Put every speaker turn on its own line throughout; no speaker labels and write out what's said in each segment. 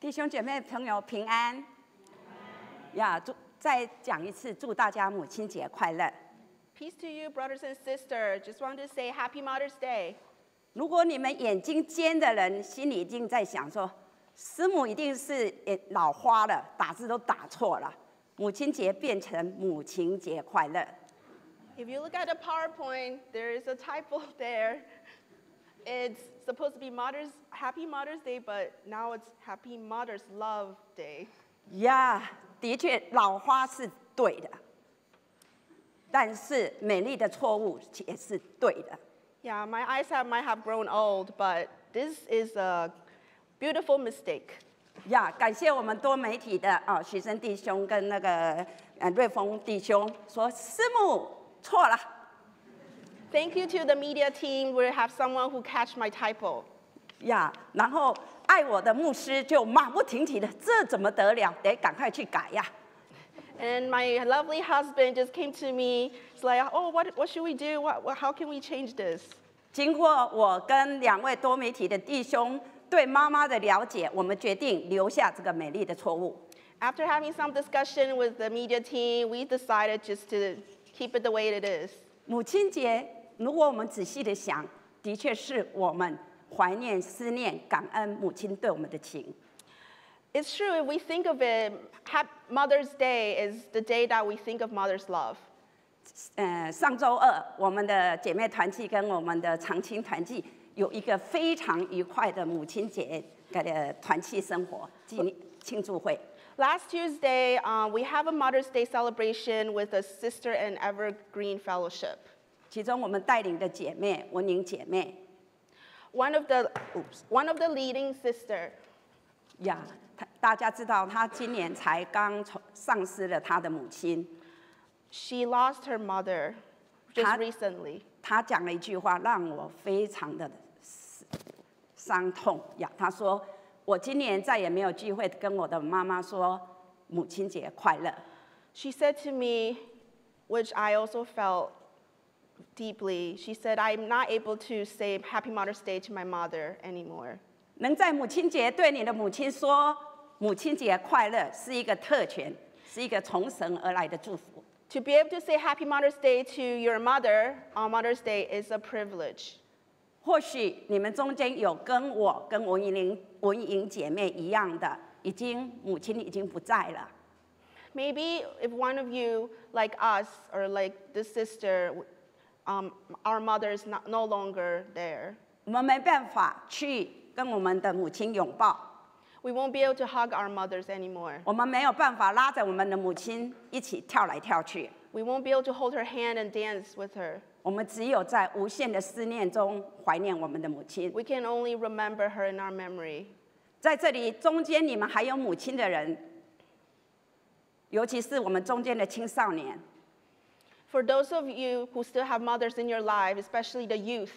弟兄姐妹朋友平安。呀，祝再讲一次，祝大家母亲节快乐！
Peace to you, brothers and sisters. Just wanted to say Happy Mother's Day.
如果你们眼睛尖的人，心里一定在想说，师母一定是也老花了，打字都打错了。母亲节变成母亲节快乐。
If you look at the PowerPoint, there is a typo there. It's supposed to be Mother's Happy Mother's Day, but now it's Happy Mother's Love Day.
呀的确老花是对的，但是美丽的错误也是对的。
Yeah, my eyes have, might have grown old, but this is a beautiful mistake.
呀感谢我们多媒体的啊，许生弟兄跟那个呃瑞丰弟兄说，师母错了。
Thank you to the media team. We have someone who catch my typo.
呀然后爱我的牧师就马不停蹄的，这怎么得了？得赶快去改呀！
And my lovely husband just came to me. It's like, oh, what, what should we do? What, what, how can we change this?
经过我跟两位多媒体的弟兄对妈妈的了解，我们决定留下这个美丽的错误。
After having some discussion with the media team, we decided just to keep it the way it is.
母亲节，如果我们仔细的想，的确是我们怀念、思念、感恩母亲对我们的情。
It's true, if we think of it, Hap- Mother's Day is the day that we think of mother's love.
呃，上周二我们的姐妹团契跟我们的长青团契有一个非常愉快的母亲节的团契生活纪念庆祝会。
Last Tuesday, uh, we have a Mother's Day celebration with a sister and Evergreen Fellowship.
其中我们带领的姐妹文宁姐妹
One of the, oops, one of the leading sister,
呀，她大家知道她今年才刚从丧失了她的母亲，
she lost her mother
Huh?
just recently.
她讲了一句话让我非常的伤痛呀。她说：“我今年再也没有机会跟我的妈妈说母亲节快乐。”
She said to me, which I also felt deeply, she said, I'm not able to say Happy Mother's Day to my mother anymore.
能在母亲节对你的母亲说“母亲节快乐”，是一个特权，是一个从神而来的祝福。
To be able to say Happy Mother's Day to your mother on Mother's Day is a privilege.
或许你们中间有跟我、跟文莹、文莹姐妹一样的，已经母亲已经不在了，
Maybe if one of you, like us or like this sister, um, our mother is not, no longer there,
我们没办法去跟我们的母亲拥抱，
we won't be able to hug our mothers anymore.
我们没有办法拉着我们的母亲一起跳来跳去，
We won't be able to hold her hand and dance with her.
我们只有在无限的思念中怀念我们的母亲。
We can only remember her in our memory.
在这里中间你们还有母亲的人，尤其是我们中间的青少年，
For those of you who still have mothers in your life, especially the youth,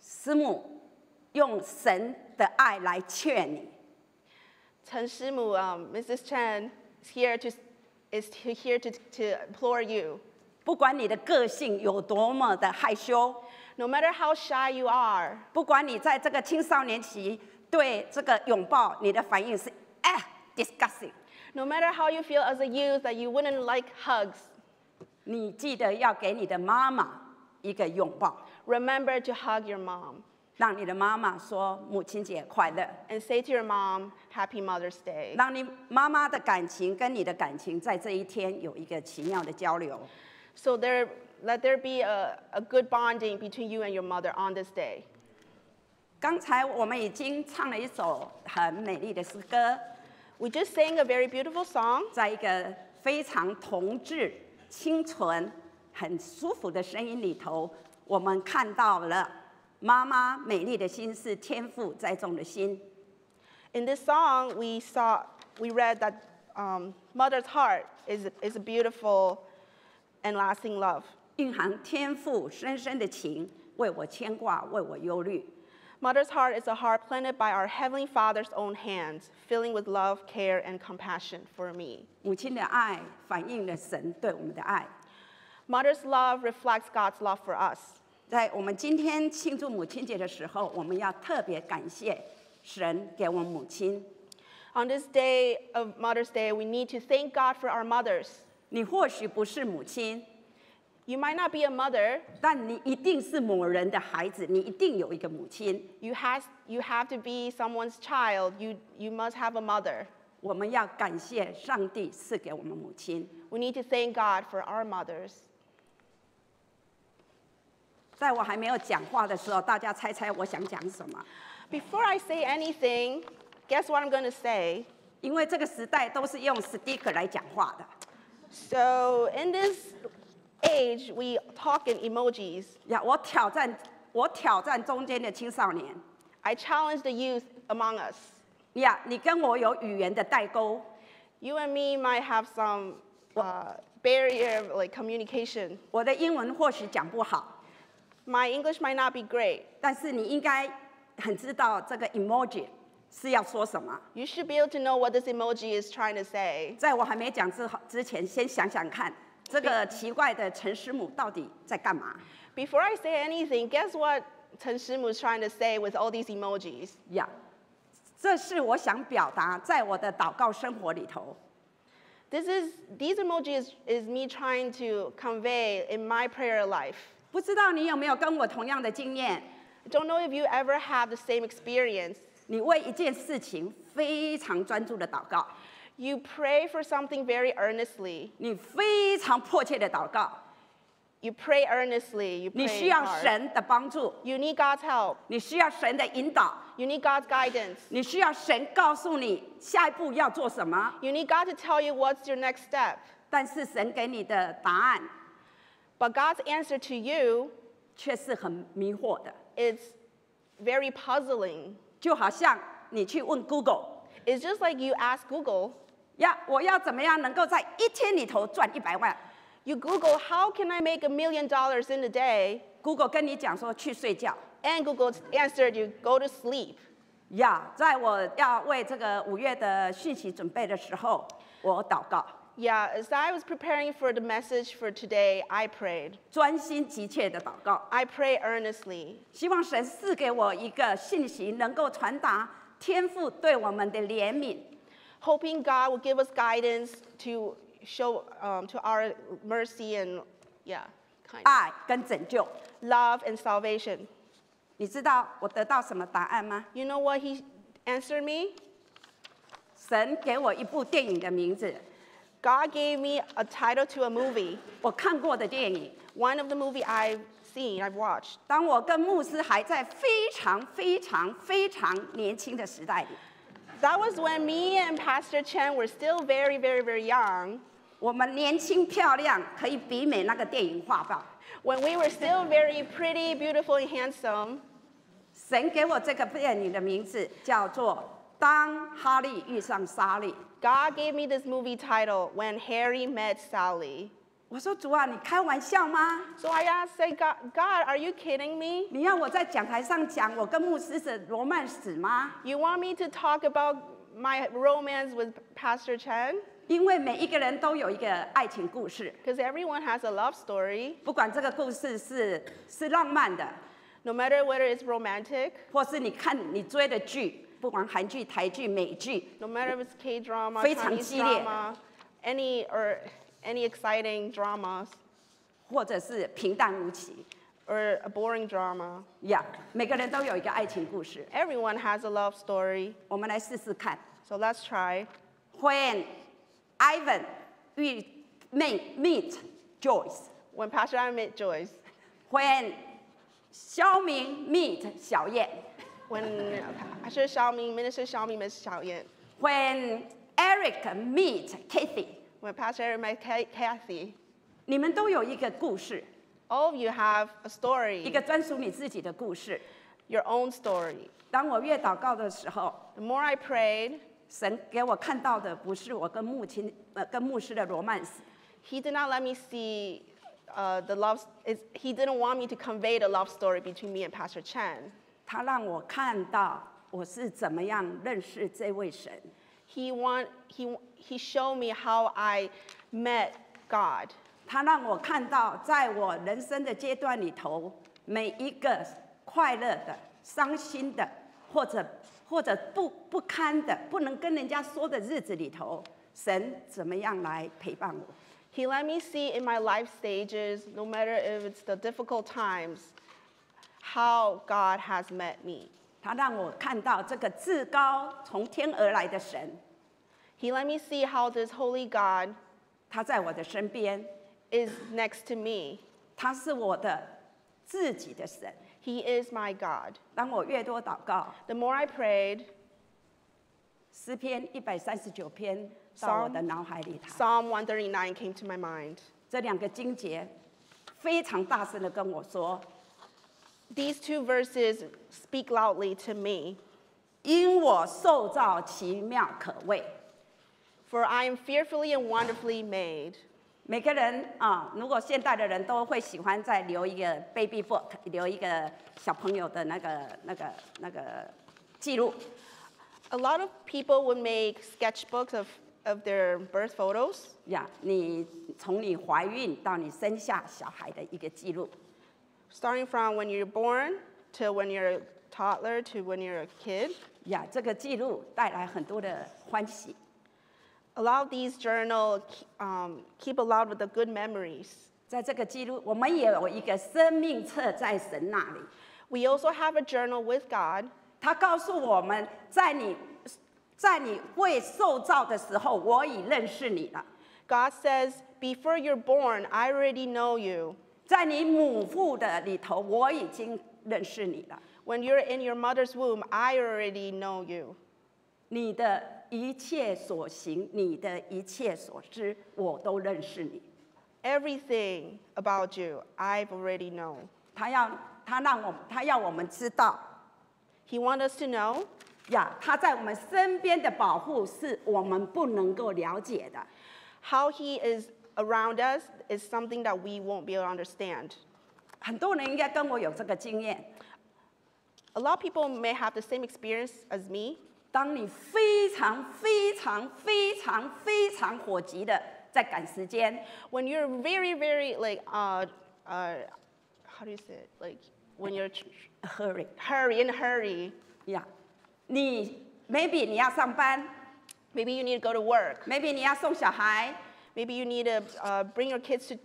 师母用神的爱来劝你，
Chen Shimu, um, Mrs. Chen is here to, is to- here to, to implore you.
不管你的个性有多么的害羞，
No matter how shy you are,
不管你在这个青少年期对这个拥抱你的反应是哎 disgusting，
no matter how you feel as a youth that you wouldn't like hugs,
你记得要给你的妈妈一个拥抱，
remember to hug your mom
让你的妈妈说母亲节快乐，
and say to your mom, Happy Mother's Day.
让你妈妈的感情跟你的感情在这一天有一个奇妙的交流。
So there, let there be a, a good bonding between you and your mother on this day.
刚才我们已经唱了一首很美丽的诗歌，
We just sang a very beautiful song.
在一个非常童稚、清纯、很舒服的声音里头，我们看到了妈妈美丽的心是天父栽种的心。
In this song, we saw, we read that um, mother's heart is, is a beautiful and lasting love.
蕴含天父深深的情，为我牵挂，为我忧虑。
Mother's heart is a heart planted by our Heavenly Father's own hands, filling with love, care, and compassion for me.
母亲的爱反映了神对我们的爱。
Mother's love reflects God's love for us.
在我们今天庆祝母亲节的时候，我们要特别感谢神给我们母亲，
On this day of Mother's Day, we need to thank God for our mothers.
你或许不是母亲，
You might not be a mother,
但你一定是某人的孩子，你一定有一个母亲。
you, has, you have to be someone's child, you, you must have a mother.
我们要感谢上帝赐给我们母亲。
We need to thank God for our mothers.
在我还没有讲话的时候，大家猜猜我想讲什么？
Before I say anything, guess what I'm going to say?
因为这个时代都是用 stick 来讲话的，
So, in this age, we talk in emojis.
呀，我挑战，我挑战中间的青少年，
I challenge the youth among us.
呀，你跟我有语言的代沟，
You and me might have some uh, barrier of, like communication.
我的英文或许讲不好，
My English might not be great.
但是你应该很知道这个 emoji 是要说什么。
You should be able to know what this emoji is trying to say.
在我还没讲之后之前，先想想看，这个奇怪的陈师母到底在干嘛？
Before I say anything, guess what Chen Shimu is trying to say with all these emojis?
呀，这是我想表达在我的祷告生活里头，
This is these emojis is me trying to convey in my prayer life.
不知道你有没有跟我同样的经验？
I don't know if you ever have the same experience.
你为一件事情非常专注的祷告，
You pray for something very earnestly.
你非常迫切的祷告，
You pray earnestly. You
你
pray
需要
hard.
神的帮助，
You need God's help.
你需要神的引导，
You need God's guidance.
你需要神告诉你下一步要做什么。
You need God to tell you what's your next step.
但是神给你的答案
But God's answer to you
却是很迷惑的，
is very puzzling.
就好像你去问 Google，
It's just like you ask Google.
呀，我要怎么样能够在一天里头赚一百万
You Google, how can I make a million dollars in a day?
？Google 跟你讲说去睡觉。
And Google answered you, go to sleep.
呀在我要为这个五月的讯息准备的时候，我祷告，
Yeah, as I was preparing for the message for today, I prayed.
专心急切的祷告。
I pray earnestly.
希望神赐给我一个信息，能够传达天父对我们的怜悯，
hoping God will give us guidance to show um, to our mercy and yeah, kindness,
爱跟拯救。
love and salvation.
你知道我得到什么答案吗？
You know what He answered me?
神给我一部电影的名字，
God gave me a title to a movie,
我看过的电影。
one of the movie I've seen, I've watched.
当我跟牧师还在非常非常非常年轻的时代里，
That was when me and Pastor Chen were still very, very, very young.
我们年轻漂亮，可以媲美那个电影画报。
When we were still very pretty, beautiful, and handsome,
神给我这个电影的名字叫做《当哈利遇上莎莉》。
God gave me this movie title, When Harry Met Sally.
我说主啊，你开玩笑吗？
So I asked, say, God, God, are you kidding me?
你要我在讲台上讲我跟牧师的罗曼史吗？
You want me to talk about my romance with Pastor Chen?
因为每一个人都有一个爱情故事，
Because everyone has a love story,
不管这个故事是是浪漫的，
no matter whether it's romantic,
或是你看你追的剧，不管韩剧、台剧、美剧，
no matter if it's K drama,
非常
Chinese
激烈的。
drama, any or any exciting dramas
或者是平淡无奇，
or a boring drama.
呀、每个人都有一个爱情故事。
Everyone has a love story.
我们来试试看。
So let's try.
When Ivan 遇 meet meet Joyce,
When Pastor I met Joyce,
when 肖明 meet 小燕
when Pastor Xiaoming, Minister Xiaoming met Xiaoyan,
，when Eric meet Kathy。
when Pastor Eric met Ca- Kathy,
你们都有一个故事，
all of you have a
一
story,
个专属你自己的故事。
your own story.
当我越祷告的时候，
The more I prayed,
神给我看到的不是我跟母亲呃跟牧师的罗曼史，
he did not let me see uh, the love. Is, he didn't want me to convey the love story between me and Pastor Chen.
他让我看到我是怎么样认识这位神。
He want he he showed me how I met God.
他让我看到，在我人生的阶段里头，每一个快乐的、伤心的、或者或者不不堪的、不能跟人家说的日子里头，神怎么样来陪伴我？
He let me see in my life stages, no matter if it's the difficult times, how God has met me.
他让我看到这个至高从天而来的神，
He let me see how this holy God
他在我的身边，
is next to me.
他是我的自己的神。
He is my God.
当我越多祷告，
The more I prayed,
诗篇一百三十九篇到我的
Psalm-
脑海里头，
Psalm 139 came to my mind.
这两个经节非常大声的跟我说：
These two verses speak loudly to me.
因我受造奇妙可畏。
For I am fearfully and wonderfully made.
每个人啊，如果现代的人都会喜欢再留一个 baby book，留一个小朋友的那个、那个、那个记录。
A lot of people would make sketchbooks of, of their birth photos.
呀你从你怀孕到你生下小孩的一个记录，
starting from when you're born to when you're a toddler to when you're a kid.
呀这个记录带来很多的欢喜。
Allow these journal um, keep alive with the good memories.
在这个记录，我们也有一个生命册在神那里，
We also have a journal with God.
他告诉我们在你，在你未受造的时候，我已认识你了；
God says, "Before you're born, I already know you.
在你母腹的里头，我已经认识你了。
When you're in your mother's womb, I already know you.
你的一切所行，你的一切所知，我都认识你。
Everything about you, I've already known."
他要他让我他要我们知道
He wants us to know
呀，他在我们身边的保护是我们不能够了解的。
how He is around us is something that we won't be able to understand.
很多人应该跟我有这个经验。
A lot of people may have the same experience as me.
当你非常非常非常非常火急的在赶时间，
When you're very, very like, uh, uh, how do you say it? Like when you're tr- tr-
hurry
hurry in a hurry.
呀、你 maybe 你要上班
Maybe you need to go to work.
，maybe 你要送小孩
Maybe you need to uh, bring your kids to,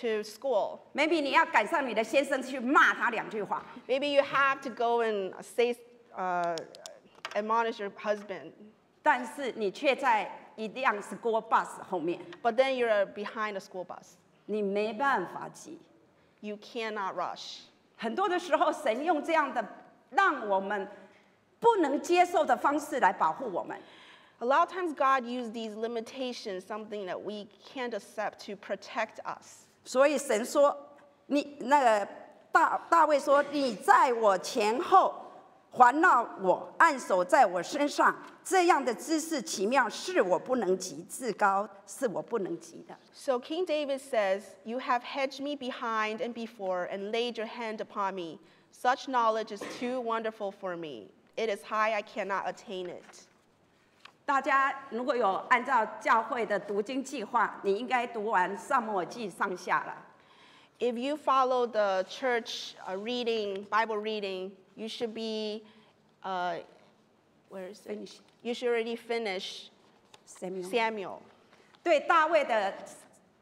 to school.
，maybe 你要赶上你的先生去骂他两句话，
Maybe you have to go and say, uh, admonish your husband.
但是你却在一辆 school bus 后面，
But then you're behind a school bus.
你没办法急。
You cannot rush.
很多的时候，神用这样的让我们不能接受的方式来保护我们。
A lot of times God used these limitations, something that we can't accept, to protect us.
所以神说：“你那个大大卫说，你在我前后环绕我，按手在我身上，这样的姿势奇妙，是我不能及，至高是我不能及的。
So King David says, You have hedged me behind and before and laid your hand upon me. Such knowledge is too wonderful for me. It is high, I cannot attain it. ”
大家如果有按照教会的读经计划，你应该读完《萨摩尔记》上下了。
If you follow the church uh, reading, Bible reading, you should be, uh, where is it?
Finish.
You should already finish
Samuel
Samuel.
对大卫的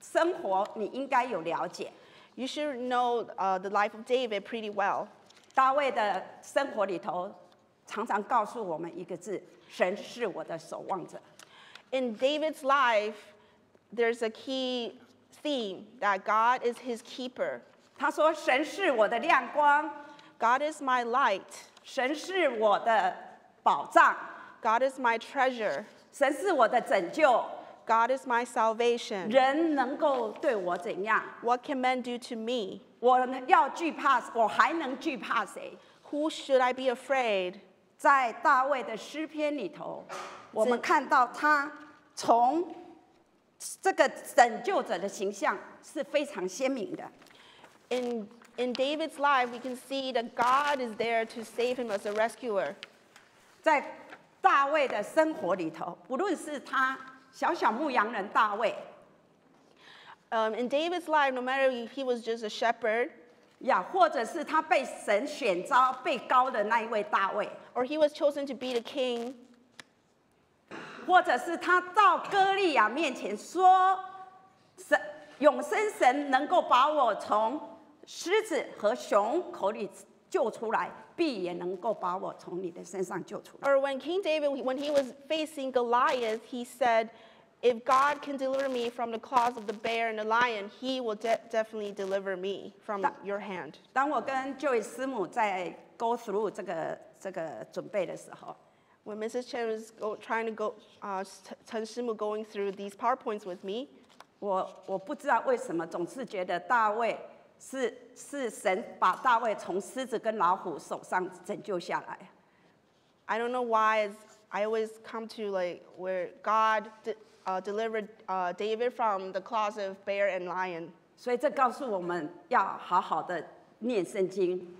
生活，你应该有了解。
You should know uh, the life of David pretty well.
大卫的生活里头，常常告诉我们一个字：神是我的守望者。
In David's life, there's a key theme that God is his keeper.
他说：“神是我的亮光，
God is my light.
神是我的保障，
God is my treasure.
神是我的拯救。
God is my salvation.
人能够对我怎样？
What can men do to me?
我要惧怕，我还能惧怕谁？”
Who should I be afraid?
在大卫的诗篇里头，我们看到他从这个拯救者的形象是非常鲜明的。
In, in David's life, we can see that God is there to save him as a rescuer.
在大卫的生活里头，不论是他小小牧羊人大卫，
Um, in David's life, no matter if he was just a shepherd,
呀，或者是他被神选召被高的那一位大卫，
or he was chosen to be the king,
或者是他到歌利亚面前说：“神永生神能够把我从狮子和熊口里呃救出来，必也能够把我从你的身上救出来。
or when King David, when he was facing Goliath, he said, If God can deliver me from the claws of the bear and the lion, he will de- definitely deliver me from
That-
your hand. ”
当我跟 Joy 师母在 go through 这个这个准备的时候，
When Mrs. Chen was go, trying to go, uh, Chen Shimu going through these PowerPoints with me,
我我不知道为什么总是觉得大卫是是神把大卫从狮子跟老虎手上拯救下来。
I don't know why it's, I always come to like where God de- uh, delivered uh, David from the claws of bear and lion,
所以这告诉我们要好好的念圣经，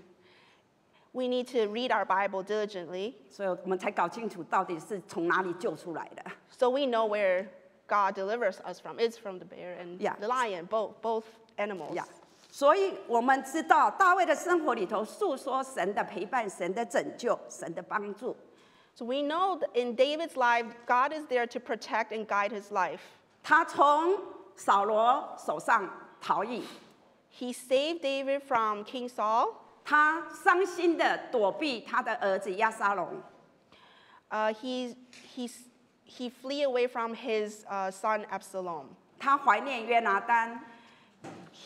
we need to read our Bible diligently
所以我们才搞清楚到底是从哪里救出来的。
so we know where God delivers us from. It's from the bear and
Yeah.
the lion, both both animals.
呀、所以我们知道大卫的生活里头诉说神的陪伴、神的拯救、神的帮助。
So we know that in David's life, God is there to protect and guide his life.
他从扫罗手上逃逸，
He saved David from King Saul.
他伤心的躲避他的儿子亚沙龙，
Uh, he, he, he flee away from his uh, son Absalom.
他怀念约拿丹，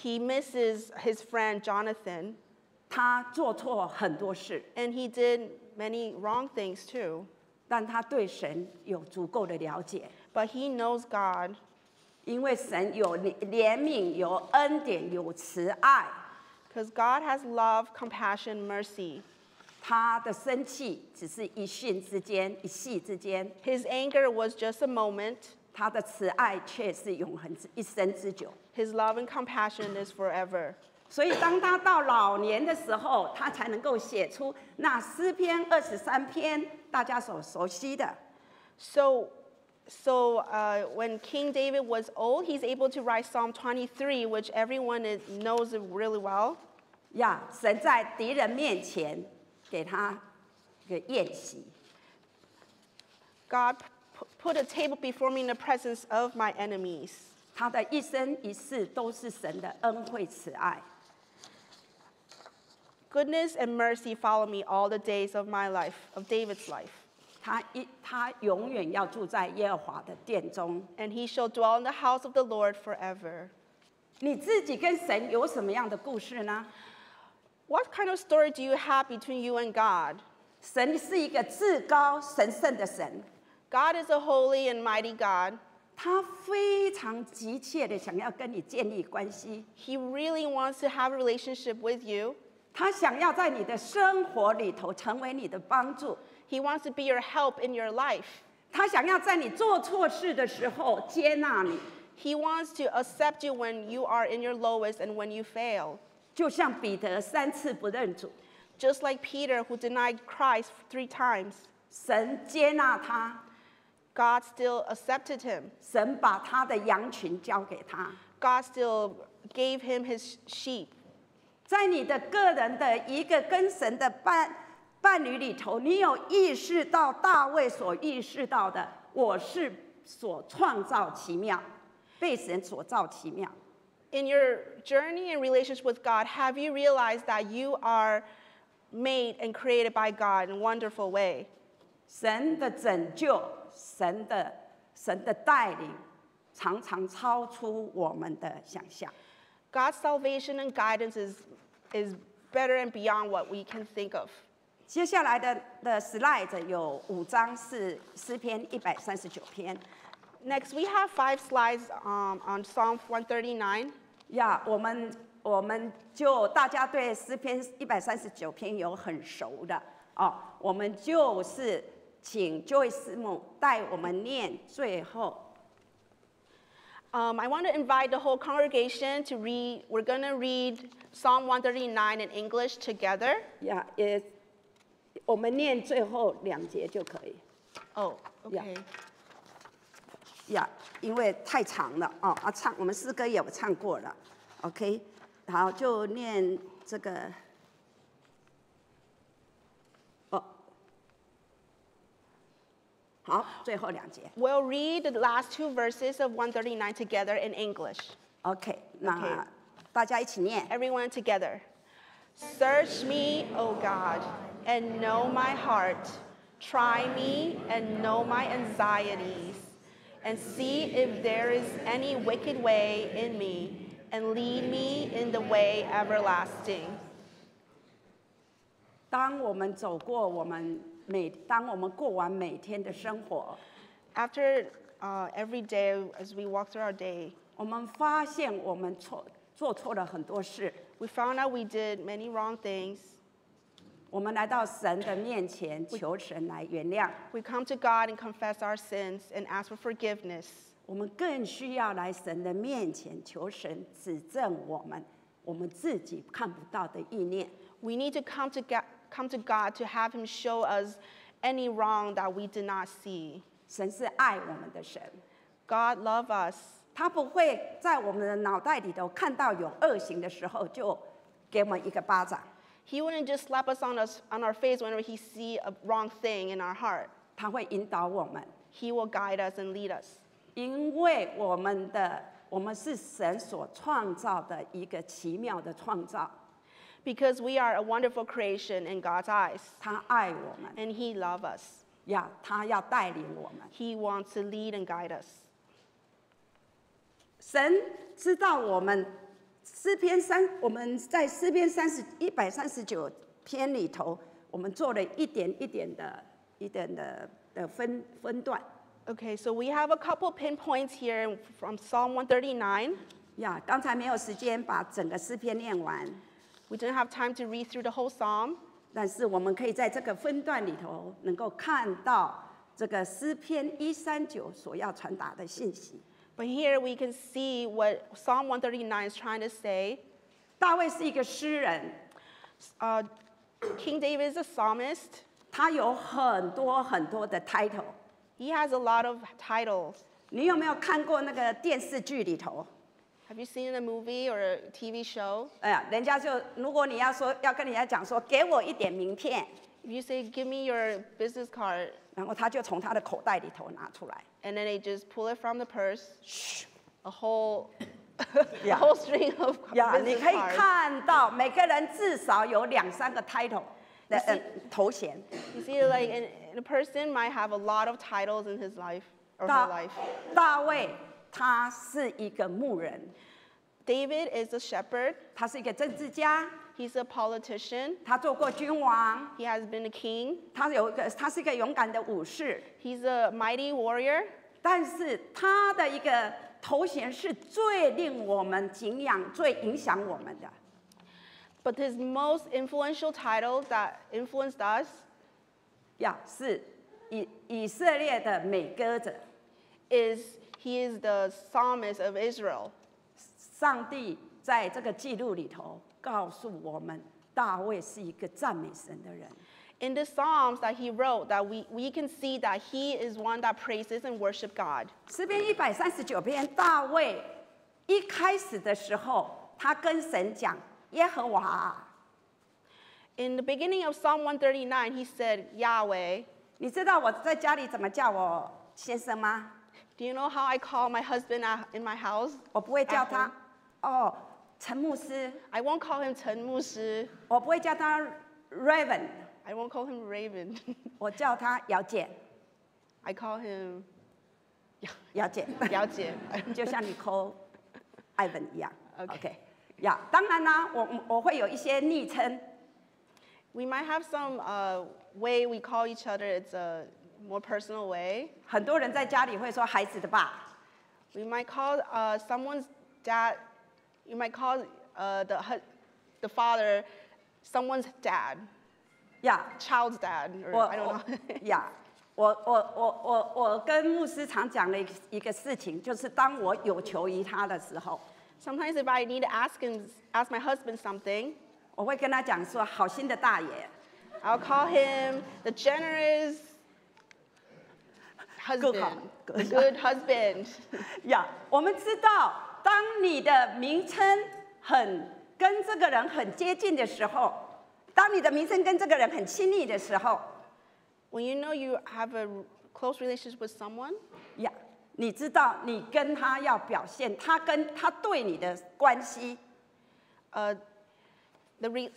He misses his friend Jonathan,
他做错很多事，
and he did many wrong things too.
但他对神有足够的了解，
But he knows God
因为神有怜怜悯、有恩典、有慈爱，
because God has love, compassion, mercy.
他的生气只是一瞬之间、一夕之间，
His anger was just a moment,
他的慈爱却是永恒之一生之久。
his love and compassion is forever.
所以，当他到老年的时候，他才能够写出那诗篇二十三篇，大家所熟悉的。
So, so uh, when King David was old, he's able to write Psalm 23, which everyone is, knows it really well.
呀，神在敌人面前给他一个宴席，
God p- put a table before me in the presence of my enemies.
他的一生一世都是神的恩惠慈爱。
Goodness and mercy follow me all the days of my life, of David's life.
他一他永远要住在耶和华的殿中。
And he shall dwell in the house of the Lord forever.
你自己跟神有什么样的故事呢？
What kind of story do you have between you and God?
神是一个至高神圣的神，
God is a holy and mighty God.
他非常急切的想要跟你建立关系，
He really wants to have a relationship with you.
他想要在你的生活里头成为你的帮助，
He wants to be your help in your life.
他想要在你做错事的时候接纳你，
He wants to accept you when you are in your lowest and when you fail.
就像彼得三次不认主，
Just like Peter, who denied Christ three times,
神接纳他，
God still accepted him.
神把他的羊群交给他。
God still gave him his sheep.
在你的个人的一个跟神的伴伴侣里头，你有意识到大卫所意识到的，我是所创造奇妙，被神所造奇妙。
In your journey and relationship with God, have you realized that you are made and created by God in a wonderful way?
神的拯救，神的神的带领，常常超出我们的想象。
God's salvation and guidance is, is better and beyond what we can think of.
接下来的的 slide 有五章是诗篇一百三十九篇。
Next, we have five slides um, on Psalm 139.
呀我们我们就大家对诗篇一百三十九篇有很熟的哦，我们就是请 Joyce 师母带我们念最后
Um, I want to invite the whole congregation to read, we're going to read Psalm 139 in English together.
呀也我们念最后两节就可以。
Oh,
Yeah.
okay.
呀因为太长了哦，啊唱我们诗歌也有唱过了，OK，好，就念这个。哦，好，最后两节。
We'll read the last two verses of 139 together in English.
OK，那大家一起念。
Everyone together. Search me, O God, and know my heart. Try me and know my anxieties, and see if there is any wicked way in me, and lead me in the way everlasting.
当我们走过我们每，当我们过完每天的生活，
After uh, every day, as we walk through our day,
我们发现我们错做错了很多事。
we found out we did many wrong things.
我们来到神的面前，求神来原谅。
We come to God and confess our sins and ask for forgiveness.
我们更需要来神的面前求神指正我们我们自己看不到的意念。
We need to come to, God, come to God to have Him show us any wrong that we did not see.
神是爱我们的神，
God love us.
他不会在我们的脑袋里头看到有恶行的时候就给我们一个巴掌，
He wouldn't just slap us on us on our face whenever He see a wrong thing in our heart.
他会引导我们，
He will guide us and lead us
因为我们的我们是神所创造的一个奇妙的创造，
because we are a wonderful creation in God's eyes,
他爱我们，
and He love us.
要他要带领我们。
He wants to lead and guide us.
神知道我们诗篇三，我们在诗篇三十一百三十九篇里头，我们做了一点一点的、一点的的分分段。
Okay, so we have a couple pinpoints here from Psalm 139.
呀、刚才没有时间把整个诗篇念完，
We didn't have time to read through the whole psalm,
但是我们可以在这个分段里头能够看到这个诗篇一三九所要传达的信息。
But here we can see what Psalm 139 is trying to say.
大卫是一个诗人，
Uh, King David is a psalmist.
他有很多很多的 title。
He has a lot of titles.
你有没有看过那个电视剧里头？
Have you seen a movie or a TV show?
哎呀，人家就如果你要说要跟人家讲说，给我一点名片，
If you say, Give me your business card,
然后他就从他的口袋里头拿出来，
and then they just pull it from the purse,
嘘，
a whole,
Yeah.
a whole string of
呀，你
business
可以
cards.
看到每个人至少有两三个 title 的呃头衔，
You see, like, and, and a person might have a lot of titles in his life or her
大
life.
大卫他是一个牧人，
David is a shepherd,
他是一个政治家，
he's a politician,
他做过君王，
he has been a king.
他有一个他是一个勇敢的武士，
He's a mighty warrior,
但是他的一个头衔是最令我们敬仰、最影响我们的。
but his most influential title that influenced us
呀，是以以色列的美歌者，
is he is the psalmist of Israel.
上帝在这个记录里头告诉我们，大卫是一个赞美神的人。
In the Psalms that he wrote, that we, we can see that he is one that praises and worship God.
诗篇一百三十九篇，大卫一开始的时候，他跟神讲：“耶和华啊，
In the beginning of Psalm 139, he said, Yahweh.
你知道我在家里怎么叫我先生吗？
Do you know how I call my husband at, in my house?
我不会叫他
Apple
哦，陈牧师，
I won't call him Chen Mushi.
我不会叫他 Raven，
I won't call him Raven.
我叫他姚姐，
I call him
姚姐。”
Yao Jie.
就像你抠艾文一样。
OK
OK，呀、当然啦，我我我会有一些昵称，
We might have some uh, way we call each other. It's a more personal way.
很多人在家里会说孩子的爸，
We might call uh, someone's dad. You might call uh, the hu- the father someone's dad,
呀、
child's dad,
我
or
我
I don't know.
呀。我我我我我跟牧师常讲的一个一个事情，就是当我有求于他的时候，
Sometimes if I need to ask him, ask my husband something,
我会跟他讲说：“好心的大爷，
I'll call him the generous husband,
call.
the good husband.
呀、我们知道，当你的名称很跟这个人很接近的时候，当你的名声跟这个人很亲密的时候，
When you know you have a r- close relationship with someone,
呀，你知道你跟他要表现，他跟他对你的关系，
uh, the, re-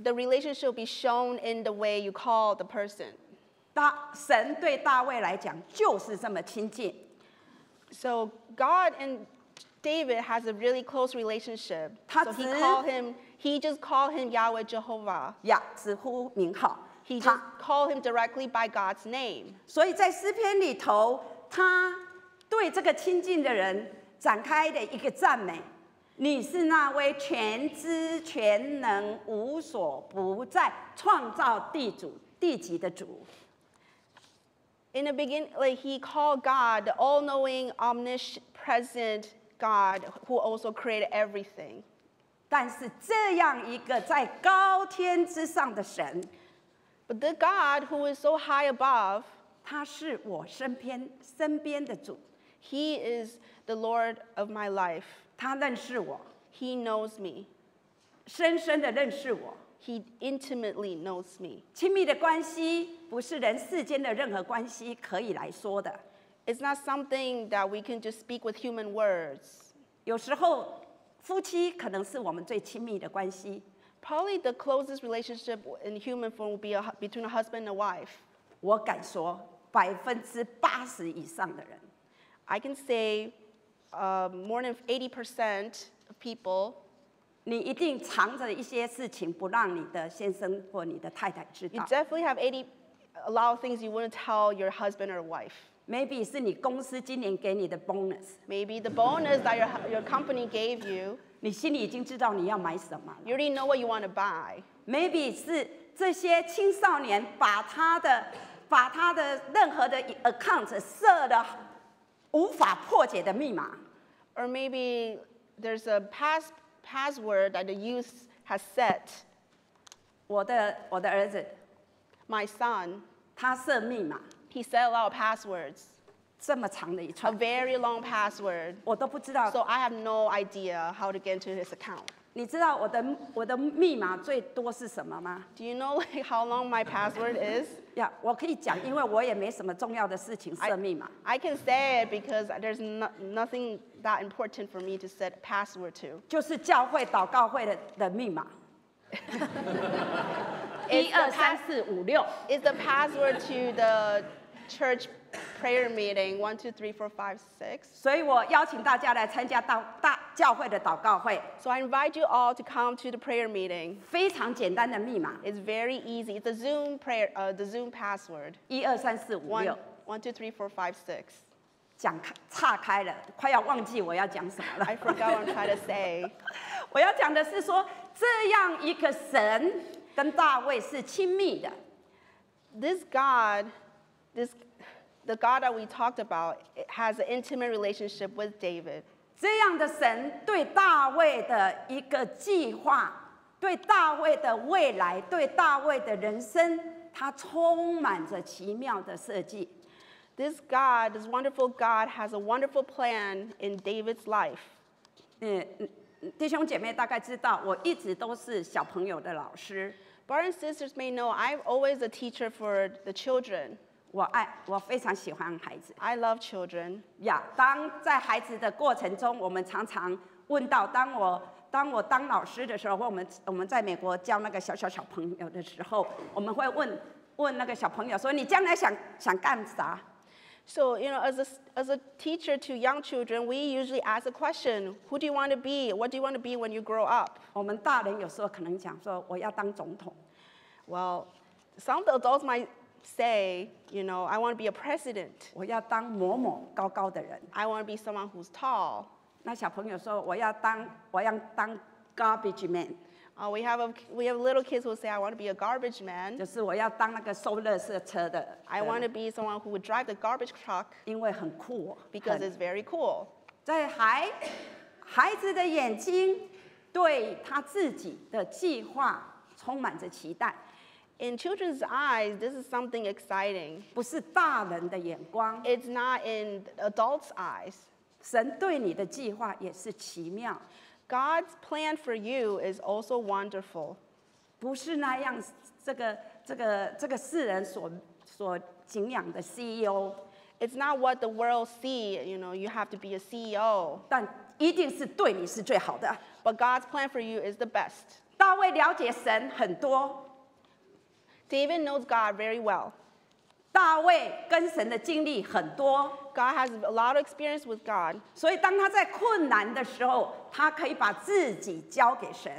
the relationship will be shown in the way you call the person.
大神对大卫来讲就是这么亲近。
So God and David has a really close relationship. So he
他只-
called him, he just called him Yahweh Jehovah.
呀，直呼名号
He。just
他，
called him directly by God's name.
所以在诗篇里头，他对这个亲近的人展开的一个赞美。你是那位全知全能、无所不在、创造地主地级的主。
In the beginning, like he called God the all-knowing, omnipresent God who also created everything.
但是这样一个在高天之上的神，
But the God who is so high above,
他是我身边身边的主，
he is the Lord of my life.
他认识我，
He knows me.
深深的认识我。
He intimately knows me.
亲密的关系不是人世间的任何关系可以来说的。
It's not something that we can just speak with human words.
有时候夫妻可能是我们最亲密的关系，
Probably the closest relationship in human form would be a, hu- between a husband and a wife.
我敢说百分之八十以上的人
I can say uh, more than 80% of people,
你一定藏着一些事情不让你的先生或你的太太知
you
道
definitely have 80, a lot of things you wouldn't tell your husband or wife.
，maybe 是你公司今年给你的 bonus，
Maybe the bonus that your, hu- your company gave you,
你心里已经知道你要买什么了
you already know what you want to buy.
maybe 是这些青少年把他的把他的任何的 account 设了无法破解的密码，
Or maybe there's a pass, password that the youth has set.
我的我的儿子
My son,
他设密码
he set a lot of passwords,
这么长的一
a
串，
very long password.
我都不知道。
So I have no idea how to get into his account.
你知道我的我的密码最多是什么吗？
Do you know like how long my password is?
呀、我可以讲，因为我也没什么重要的事情
I-
设密码。
I can say it because there's no, nothing that important for me to set password to.
就是教会祷告会的的密码，一
It's
二三
the, pass,
四五六，
it's the password to the church prayer meeting one two three four five six.
所以我邀请大家来参加到大教会的祷告会，
So I invite you all to come to the prayer meeting.
非常简单的密码，
It's very easy. It's a Zoom prayer, uh, the Zoom password
一二三四五
one
六，
one two three four five six.
讲开岔开了，快要忘记我要讲什么
I
了。
forgot what I'm trying to say.
我要讲的是说，这样一个神跟大卫是亲密的，
This God, this the God that we talked about, it has an intimate relationship with David.
这样的神对大卫的一个计划，对大卫的未来，对大卫的人生，他充满着奇妙的设计。
This God, this wonderful God, has a wonderful plan in David's life.
嗯，嗯弟兄姐妹大概知道，我一直都是小朋友的老师，
Brothers and sisters may know I'm always a teacher for the children.
我爱我非常喜欢孩子
I love children.
呀。当在孩子的过程中，我们常常问到，当我当我当老师的时候，或我们我们在美国教那个小小小朋友的时候，我们会问问那个小朋友说：“你将来想想干啥？”
So, you know, as a, as a teacher to young children, we usually ask a question Who do you want to be? What do you want to be when you grow up?
我们大人有时候可能讲说我要当总统，
Well, some of the adults might say, you know, I want to be a president.
我要当某某高高的人。
I want to be someone who's tall.
那小朋友说我要当我要当 garbage man，
Uh, we, have a, we have little kids who say, I want to be a garbage man.
就是我要当那个收垃圾车的。
I want to be someone who would drive the garbage truck
因为很酷哦、
because
很
it's very cool.
在孩孩子的眼睛对他自己的计划充满着期待，
In children's eyes, this is something exciting.
不是大人的眼光。
It's not in adults' eyes.
神对你的计划也是奇妙。
God's plan for you is also wonderful.
不是那样，这个这个这个世人所所敬仰的 E CEO，
It's not what the world see, you know, you have to be a E CEO.
但一定是对你是最好的。
But God's plan for you is the best.
大卫了解神很多，
David knows God very well.
大卫跟神的经历很多，
God has a lot of experience with God.
所以当他在困难的时候，他可以把自己交给神；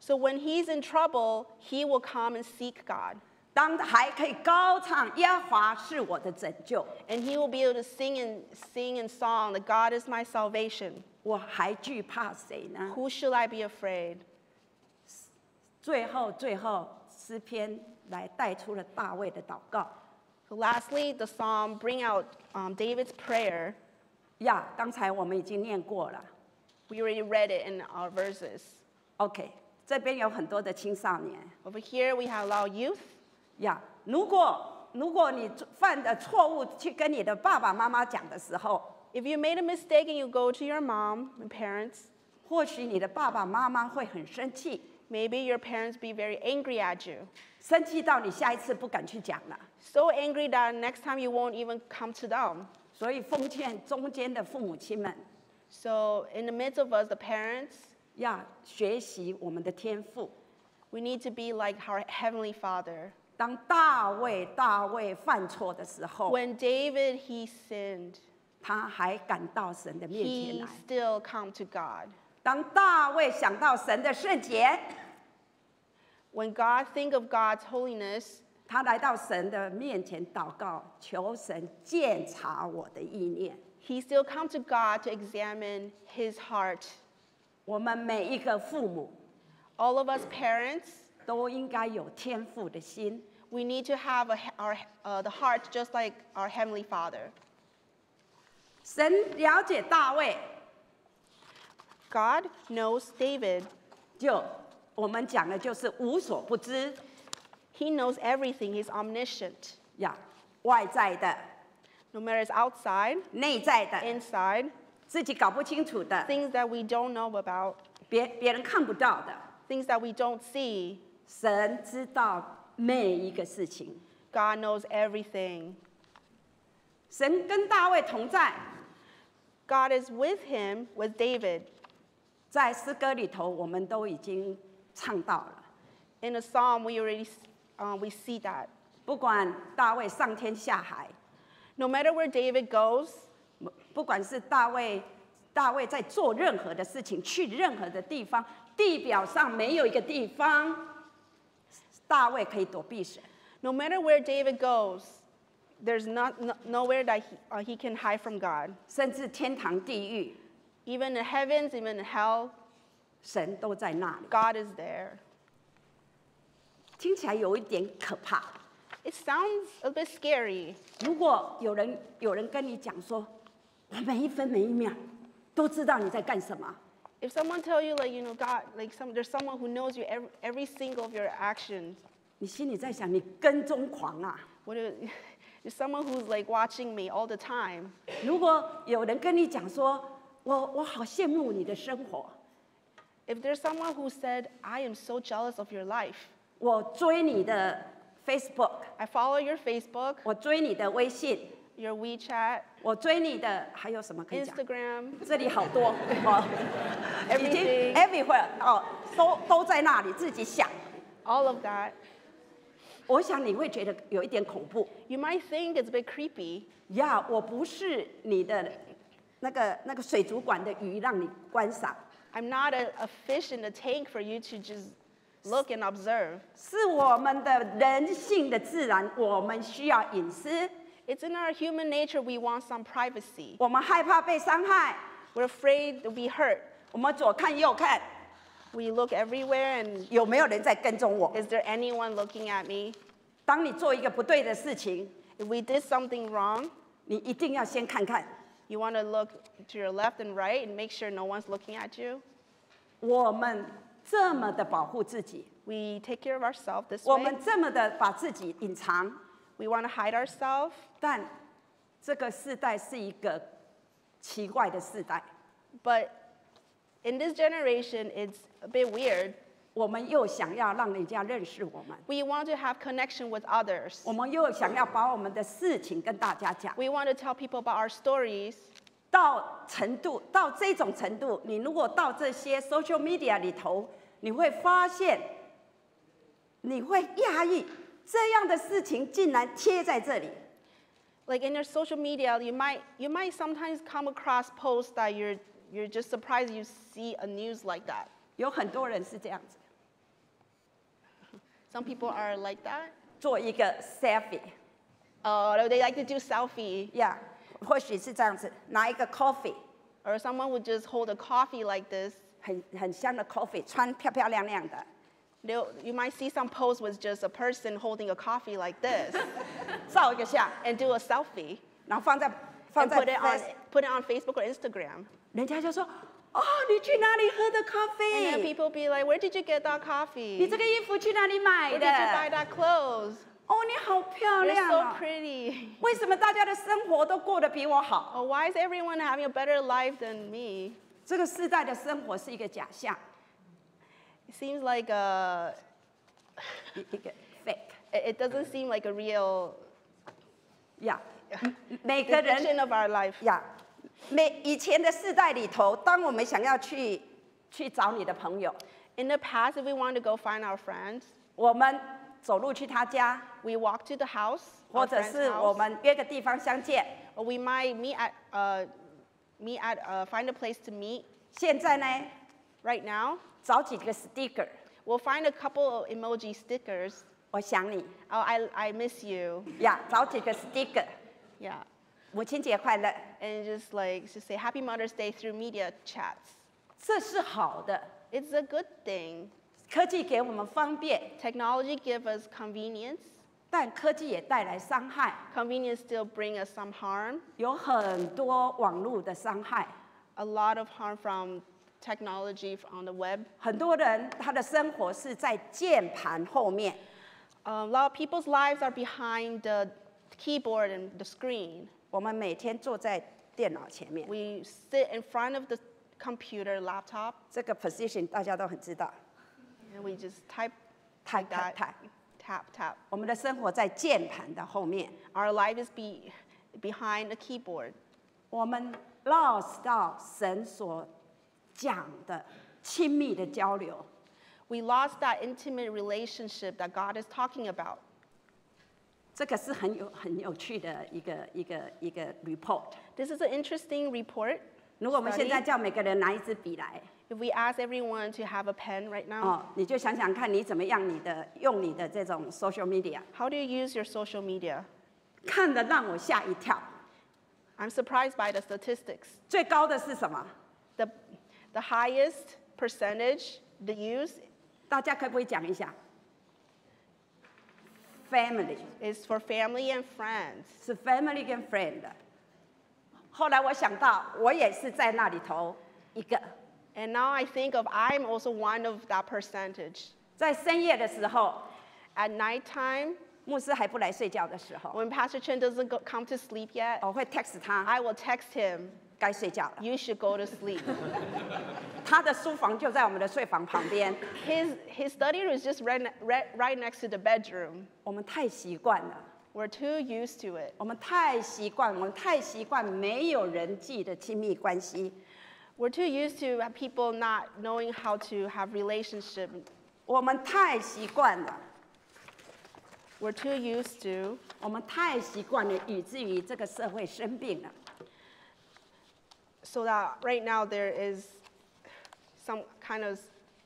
So when he's in trouble, he will come and seek God.
当还可以高唱耶和华是我的拯救，
And he will be able to sing and sing and song that God is my salvation.
我还惧怕谁呢？
Who shall I be afraid?
最后，最后诗篇来带出了大卫的祷告。
So lastly, the psalm bring out um, David's prayer.
呀，刚才我们已经念过了。
We already read it in our verses.
OK，这边有很多的青少年。
Over here we have a lot of youth.
呀、如果如果你犯的错误去跟你的爸爸妈妈讲的时候，
If you made a mistake and you go to your mom and parents,
或许你的爸爸妈妈会很生气，
maybe your parents be very angry at you.
生气到你下一次不敢去讲了。
So angry that next time you won't even come to them.
所以奉劝中间的父母亲们，
So in the midst of us, the parents,
要学习我们的天赋。
we need to be like our heavenly Father.
当大卫大卫犯错的时候，
When David he sinned,
他还敢到神的面前
he
来。
still come to God.
当大卫想到神的圣洁，
When God think of God's holiness,
他来到神的面前祷告，求神鉴察我的意念。
he still come to God to examine his heart.
我们每一个父母
All of us parents,
都应该有天赋的心。
we need to have a, our, uh, the heart just like our heavenly Father.
神了解大卫，
God knows David.
就我们讲的就是无所不知
He knows everything. He's omniscient.
呀，外在的、
No matter it's outside,
内在的，
inside,
自己搞不清楚的，
things that we don't know about,
别别人看不到的，
things that we don't see.
神知道每一个事情。
God knows everything.
神跟大卫同在，
God is with him, with David.
在诗歌里头我们都已经唱到了。
In the psalm, we already uh, we see that.
不管大卫上天下海，
No matter where David goes,
不管是大卫，大卫在做任何的事情，去任何的地方，地表上没有一个地方，大卫可以躲避神。
no matter where David goes, there's not, no, nowhere that he, uh, he can hide from God.
甚至天堂、地狱，
Even in heavens, even in hell,
神都在那里。
God is there.
听起来有一点可怕。
It sounds a bit scary.
如果有人有人跟你讲说，我每一分每一秒都知道你在干什么，
If someone tell you like you know God, like some there's someone who knows you every, every single of your actions.
你心里在想，你跟踪狂啊！
What if, there's someone who's like watching me all the time.
如果有人跟你讲说，我我好羡慕你的生活，
If there's someone who said I am so jealous of your life,
我追你的 Facebook，
I follow your Facebook,
我追你的微信，
your WeChat,
我追你的还有什么可以讲？
Instagram,
这里好多 哦，已经
Everything
everywhere 哦，都都在那里自己想。
all of that.
我想你会觉得有一点恐怖
You might think it's a bit creepy.
呀我不是你的那个那个水族馆的鱼让你观赏，
I'm not a, a fish in a tank for you to just look and observe.
是我们的人性的自然，我们需要隐私，
It's in our human nature we want some privacy.
我们害怕被伤害，
We're afraid to be hurt.
我们左看右看，
We look everywhere and
有没有人在跟踪我？
is there anyone looking at me?
当你做一个不对的事情，
If we did something wrong,
你一定要先看看
you want to look to your left and right and make sure no one's looking at you.
我们这么的保护自己，
We take care of ourselves this
我
way.
们这么的把自己隐藏，
We want to hide ourselves,
但这个世代是一个奇怪的世代。
but In this generation, it's a bit weird.
我们又想要让人家认识我们，
We want to have connection with others.
我们又想要把我们的事情跟大家讲，
We want to tell people about our stories.
到程度到这种程度，你如果到这些 social media 里头，你会发现，你会讶异，这样的事情竟然贴在这里。
Like in your social media, you might you might sometimes come across posts that you're you're just surprised you see a news like that.
有很多人是这样子，
Some people are like that.
做一个 selfie，
Oh, they like to do selfie,
呀、yeah,，或许是这样子，拿一个 coffee，
or someone would just hold a coffee like this.
很很香的 coffee，穿漂漂亮亮的，
They'll, you might see some post with just a person holding a coffee like this
照一个相，
and do a selfie
然后放在放
and
在
put it on
face
put it on Facebook or Instagram.
人家就说：“哦，你去哪里喝的咖
And then
啡？
people be like, "Where did you get that
你
coffee?
这个衣服去哪里买
Where did you buy
的？
that clothes?
哦，你好漂
You're
亮
so
哦！
pretty."
为什么大家的生活都过得比我好？
Oh, why is everyone having a better life than me?
这个世代的生活是一个假象，
It seems like a,
一一个 fake
it it doesn't seem like a real
呀。嗯每个人
depiction of our life.
呀，每以前的世代里头，当我们想要去去找你的朋友，
In the past, if we wanted to go find our friends,
我们走路去他家，
we walk to the house,
或
our
者
friend's
是我
house,
们约个地方相见。
or we might meet at, uh, meet at, uh, find a place to meet.
现在呢，
Right now,
找几个 sticker，
we'll find a couple of emoji stickers.
我想你。
Oh, I, I miss you.
呀，找几个 sticker，
Yeah.
母亲节快乐，
And just like, just say Happy Mother's Day through media chats.
这是好的。
It's a good thing.
科技给我们方便，
Technology gives us convenience.
但科技也带来伤害，
Convenience still bring us some harm,
有很多网络的伤害。
a lot of harm from technology f- on the web.
很多人他的生活是在键盘后面，
Um, A lot of people's lives are behind the keyboard and the screen.
我们每天坐在电脑前面，
We sit in front of the computer, laptop,
这个 position 大家都很知道，
and we just type
太
like
太
that,
太，
tap, tap.
我们的生活在键盘的后面，
Our life is be, behind the keyboard.
我们 lost 到神所讲的亲密的交流。
We lost that intimate relationship that God is talking about.
这个是很有很有趣的一个一个一个 report。
This is an interesting report.
如果我们现在
study.
叫每个人拿一支笔来，
If we ask everyone to have a pen right now,
哦，你就想想看你怎么样你的用你的这种 social media，
How do you use your social media?
看得让我吓一跳。
I'm surprised by the statistics.
最高的是什么？
The, the highest percentage the use
大家可不可以讲一下？Family
is for family and friends.
是 family 跟 friend。后来我想到，我也是在那里头一个，
And now I think of I'm also one of that percentage.
在深夜的时候，
At nighttime,
牧师还不来睡觉的时候，
when Pastor Chen doesn't go, come to sleep yet,
我会 text 他
I will text him,
该睡觉了。
you should go to sleep.
他的书房就在我们的睡房旁边，
his, his study room is just right, ne- right, right next to the bedroom.
我们太习惯了，
We're too used to it.
我们太习惯，我们太习惯没有人际的亲密关系，
We're too used to uh, people not knowing how to have relationship
我们太习惯了，
We're too used to,
我们太习惯了，以至于这个社会生病了。
so that right now there is some kind of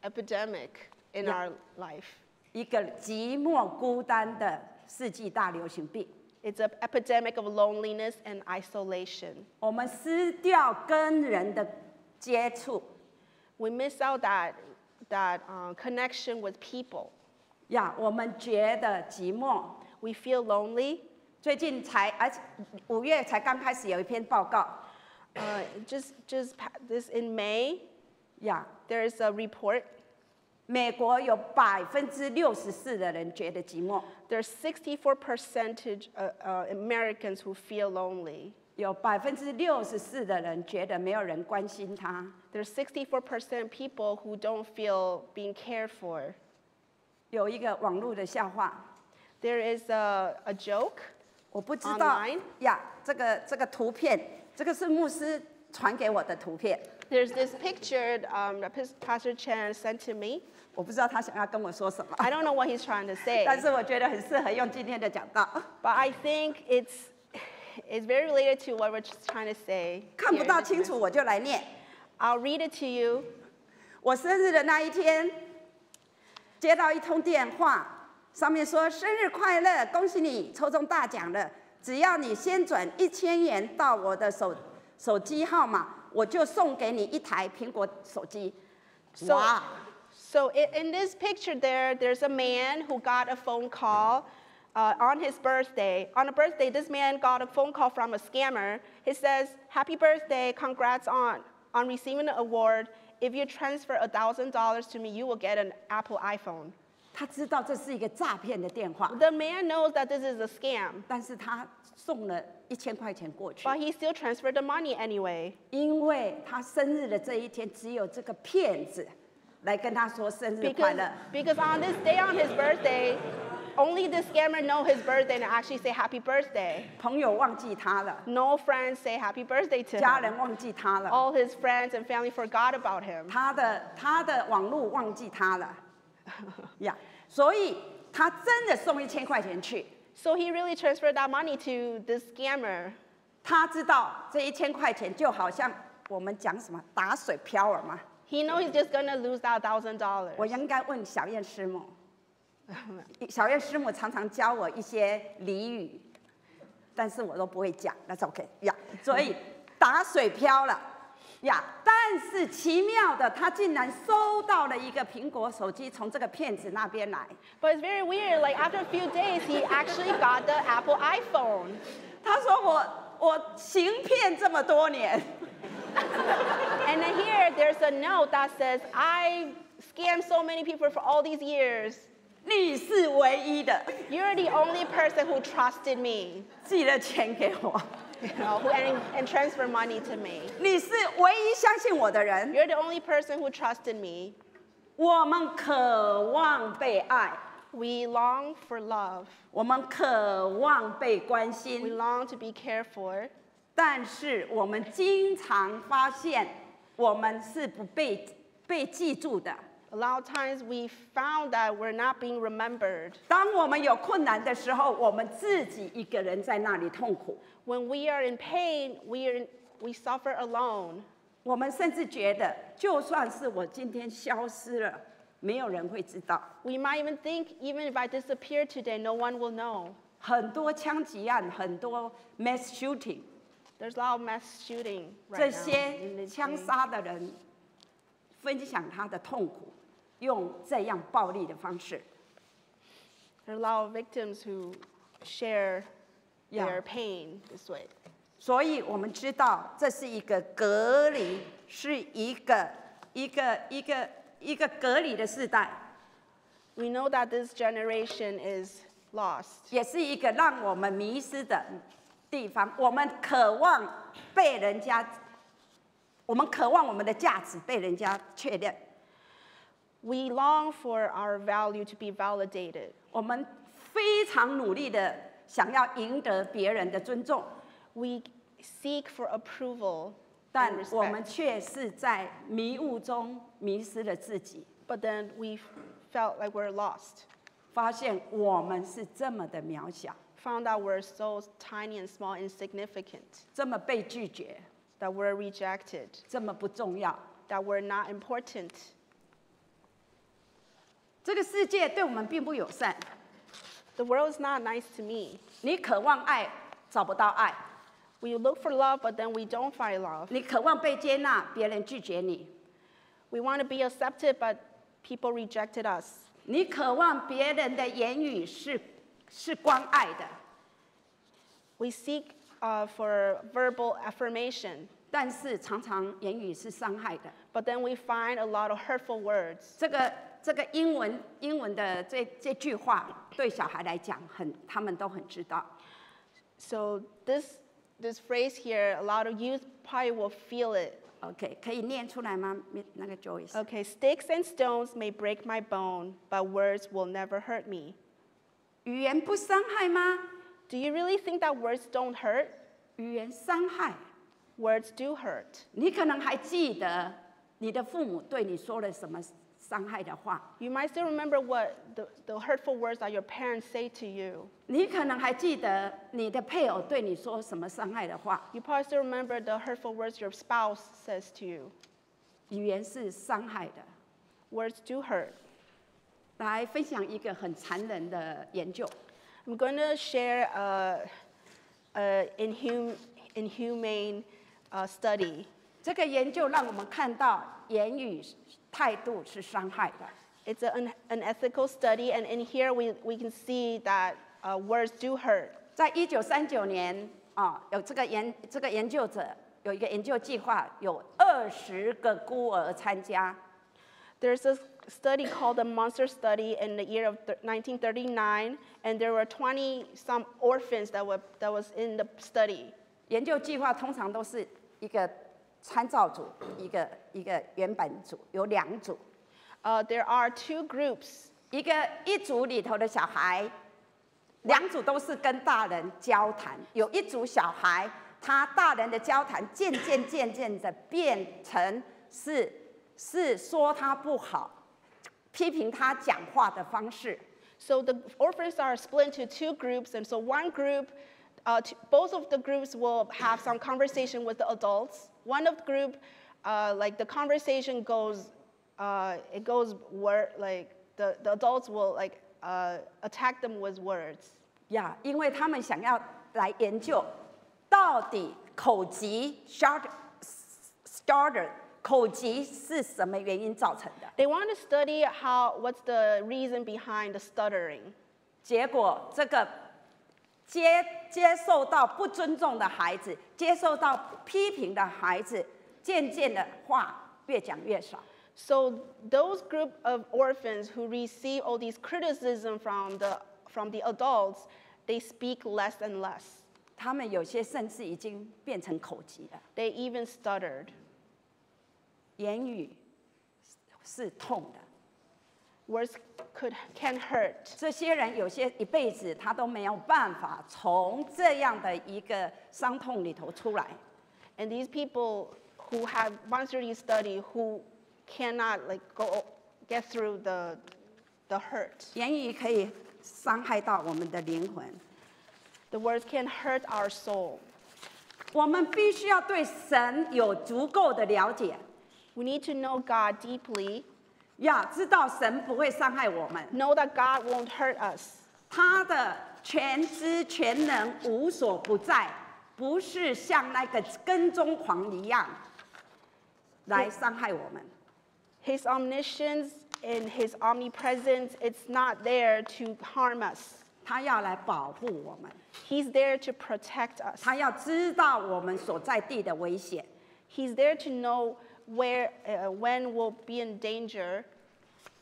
epidemic in
Yeah.
our life.
一个寂寞孤单的世纪大流行病，
It's an epidemic of loneliness and isolation.
我们失掉跟人的接触
We miss out that, that uh, connection with people.
呀我们觉得寂寞。
We feel lonely.
最近才，而且五月才刚开始有一篇报告
Uh, just, just pa- this in May,
呀
there is a report.
美国有百分之六十四的人觉得寂寞，
There's 64 percentage uh, uh, Americans who feel lonely.
有百分之六十四的人觉得没有人关心他，
There's 64% people who don't feel being cared for.
有一个网络的笑话，
There is a, a joke.
我不知道
Online？
呀，这个这个图片，这个是牧师传给我的图片，
There's this picture um, that Pas- Pastor Chan sent to me.
我不知道他想要跟我说什么，
I don't know what he's trying to say,
但是我觉得很适合用今天的讲道。
but I think it's, it's very related to what we're just trying to say.
看不
here
到
in this
清
message.
楚我就来念。
I'll read it to you.
我生日的那一天，接到一通电话，上面说生日快乐，恭喜你抽中大奖了，只要你先转一千元到我的手手机号码，我就送给你一台苹果手机。
So,
哇！
so i- in this picture there, there's a man who got a phone call uh, on his birthday. On a birthday, this man got a phone call from a scammer. It says, "Happy birthday! Congrats on on receiving the award. If you transfer thousand dollars to me, you will get an Apple iPhone."
他知道这是一个诈骗的电话，
The man knows that this is a scam,
但是他送了一千块钱过去，
but he still transferred the money anyway
因为他生日的这一天只有这个骗子来跟他说生日快
because
乐。
because on this day on his birthday. Only the scammer know his birthday and actually say happy birthday.
朋友忘记他了，
No friends say happy birthday to
家
him.
人忘记他了，
All his friends and family forgot about him.
他的他的网络忘记他了， 呀、所以他真的送一千块钱去，
So he really transferred that money to this scammer.
他知道这一千块钱就好像我们讲什么打水漂了嘛。
He knows he's just gonna lose that
我
thousand dollars.
应该问小燕师母，小燕师母常常教我一些俚语，但是我都不会讲，That's OK 呀、所以打水漂了呀但是奇妙的，他竟然收到了一个苹果手机从这个骗子那边来，
But it's very weird. Like after a few days, he actually got the Apple iPhone.
他说我我行骗这么多年，
And then here, there's a note that says, "I scammed so many people for all these years.
你是唯一的，
You're the only person who trusted me,
寄了钱给我，
you know, who, and, and transferred money to me.
你是唯一相信我的人，
You're the only person who trusted me.
我们渴望被爱。
We long for love."
我们渴望被关
We
心，
long to be cared for,
但是我们经常发现我们是不被被记住的。
a lot of times we found that we're not being remembered.
当我们有困难的时候，我们自己一个人在那里痛苦，
When we are in pain, we, are in, we suffer alone.
我们甚至觉得，就算是我今天消失了，没有人会知道。
We might even think, even if I disappear today, no one will know.
很多枪击案，很多 mass shooting，
There's a lot of mass shooting
这
right now.
些
in the
枪
day.
杀的人分享他的痛苦，用这样暴力的方式。
There are a lot of victims who share
Yeah.
their pain this way.
所以我们知道这是一个隔离，是一个一个一个一个隔离的时代，
We know that this generation is lost.
也是一个让我们迷失的地方。我们渴望被人家，我们渴望我们的价值被人家确认，
We long for our value to be validated.
我们非常努力的想要赢得别人的尊重，
We seek for approval
但
and
我们
respect,
却是在迷雾中迷失了自己，
but then we felt like we're lost,
发现我们是这么的渺小，
found out we're so tiny and small, insignificant,
这么被拒绝。
that we're rejected,
这么不重要。
that we're not important.
这个世界对我们并不友善。
The world is not nice to me.
你渴望爱，找不到爱；
We look for love, but then we don't find love.
你渴望被接纳，别人拒绝你；
We want to be accepted, but people rejected us.
你渴望别人的言语是是关爱的，
We seek uh, for verbal affirmation,
但是常常言语是伤害的。
but then we find a lot of hurtful words.
这个这个英文英文的这这句话，对小孩来讲很，他们都很知道。
So this this phrase here, a lot of youth probably will feel it.
OK，可以念出来吗？那个 Joyce。
Okay, sticks and stones may break my bone, but words will never hurt me.
语言不伤害吗？
Do you really think that words don't hurt?
语言伤害，
Words do hurt.
你可能还记得你的父母对你说了什么伤害的话，
You might still remember what the, the hurtful words that your parents say to you.
你可能还记得你的配偶对你说什么伤害的话。
You probably still remember the hurtful words your spouse says to you.
语言是伤害的。
Words do hurt.
来分享一个很残忍的研究，
I'm going to share an uh, inhum- inhumane uh, study.
这个研究让我们看到言语态度是伤害的。
It's a- an, an ethical study, and in here we, we can see that uh, words do hurt.
在一九三九年啊，有这个研这个研究者有一个研究计划，有二十个孤儿参加。
There's a study called the Monster Study in the year of th- 1939, and there were 20 some orphans that, were, that was in the study.
研究计划通常都是一个参照组，一个一个原本组，有两组，
Uh, there are two groups.
一个一组里头的小孩，两组都是跟大人交谈，有一组小孩，他大人的交谈渐渐渐渐的变成是是说他不好，批评他讲话的方式。
So the orphans are split into two groups, and so one group, uh, t- both of the groups will have some conversation with the adults. One of the group, uh, like the conversation goes, uh, it goes word like the, the adults will like uh, attack them with words.
呀因为他们想要来研究到底口疾 （short starter） 口疾是什么原因造成的。
They want to study how what's the reason behind the stuttering.
结果这个接接受到不尊重的孩子，接受到批评的孩子，渐渐的话越讲越少。
So those group of orphans who receive all these criticism from the from the adults, they speak less and less.
他们有些甚至已经变成口疾了。
They even stuttered.
言语是是痛的，
Words could can hurt.
这些人有些一辈子他都没有办法从这样的一个伤痛里头出来。
And these people who have monster study study who cannot like go get through the the hurt.
言语可以伤害到我们的灵魂，
The words can hurt our soul.
我们必须要对神有足够的了解。
We need to know God deeply.
呀，知道神不会伤害我们，
Know that God won't hurt us.
他的全知全能无所不在，不是像那个跟踪狂一样来伤害我们。
His omniscience and his omnipresence, it's not there to harm us.
他要来保护我们，
He's there to protect us.
他要知道我们所在地的危险，
He's there to know where, uh, when we'll be in danger.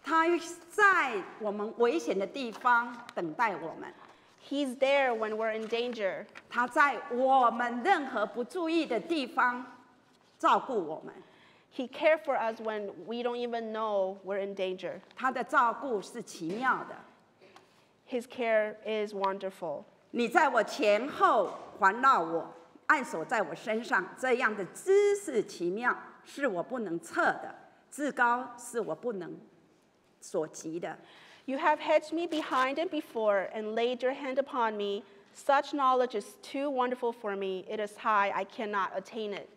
他在我们危险的地方等待我们，
He's there when we're in danger.
他在我们任何不注意的地方照顾我们。
He cares for us when we don't even know we're in danger.
他的照顾是奇妙的。
His care is wonderful.
你在我前后环绕我，按手在我身上，这样的姿势奇妙，是我不能测的；至高是我不能所及的。
You have hedged me behind and before and laid your hand upon me. Such knowledge is too wonderful for me. It is high, I cannot attain it.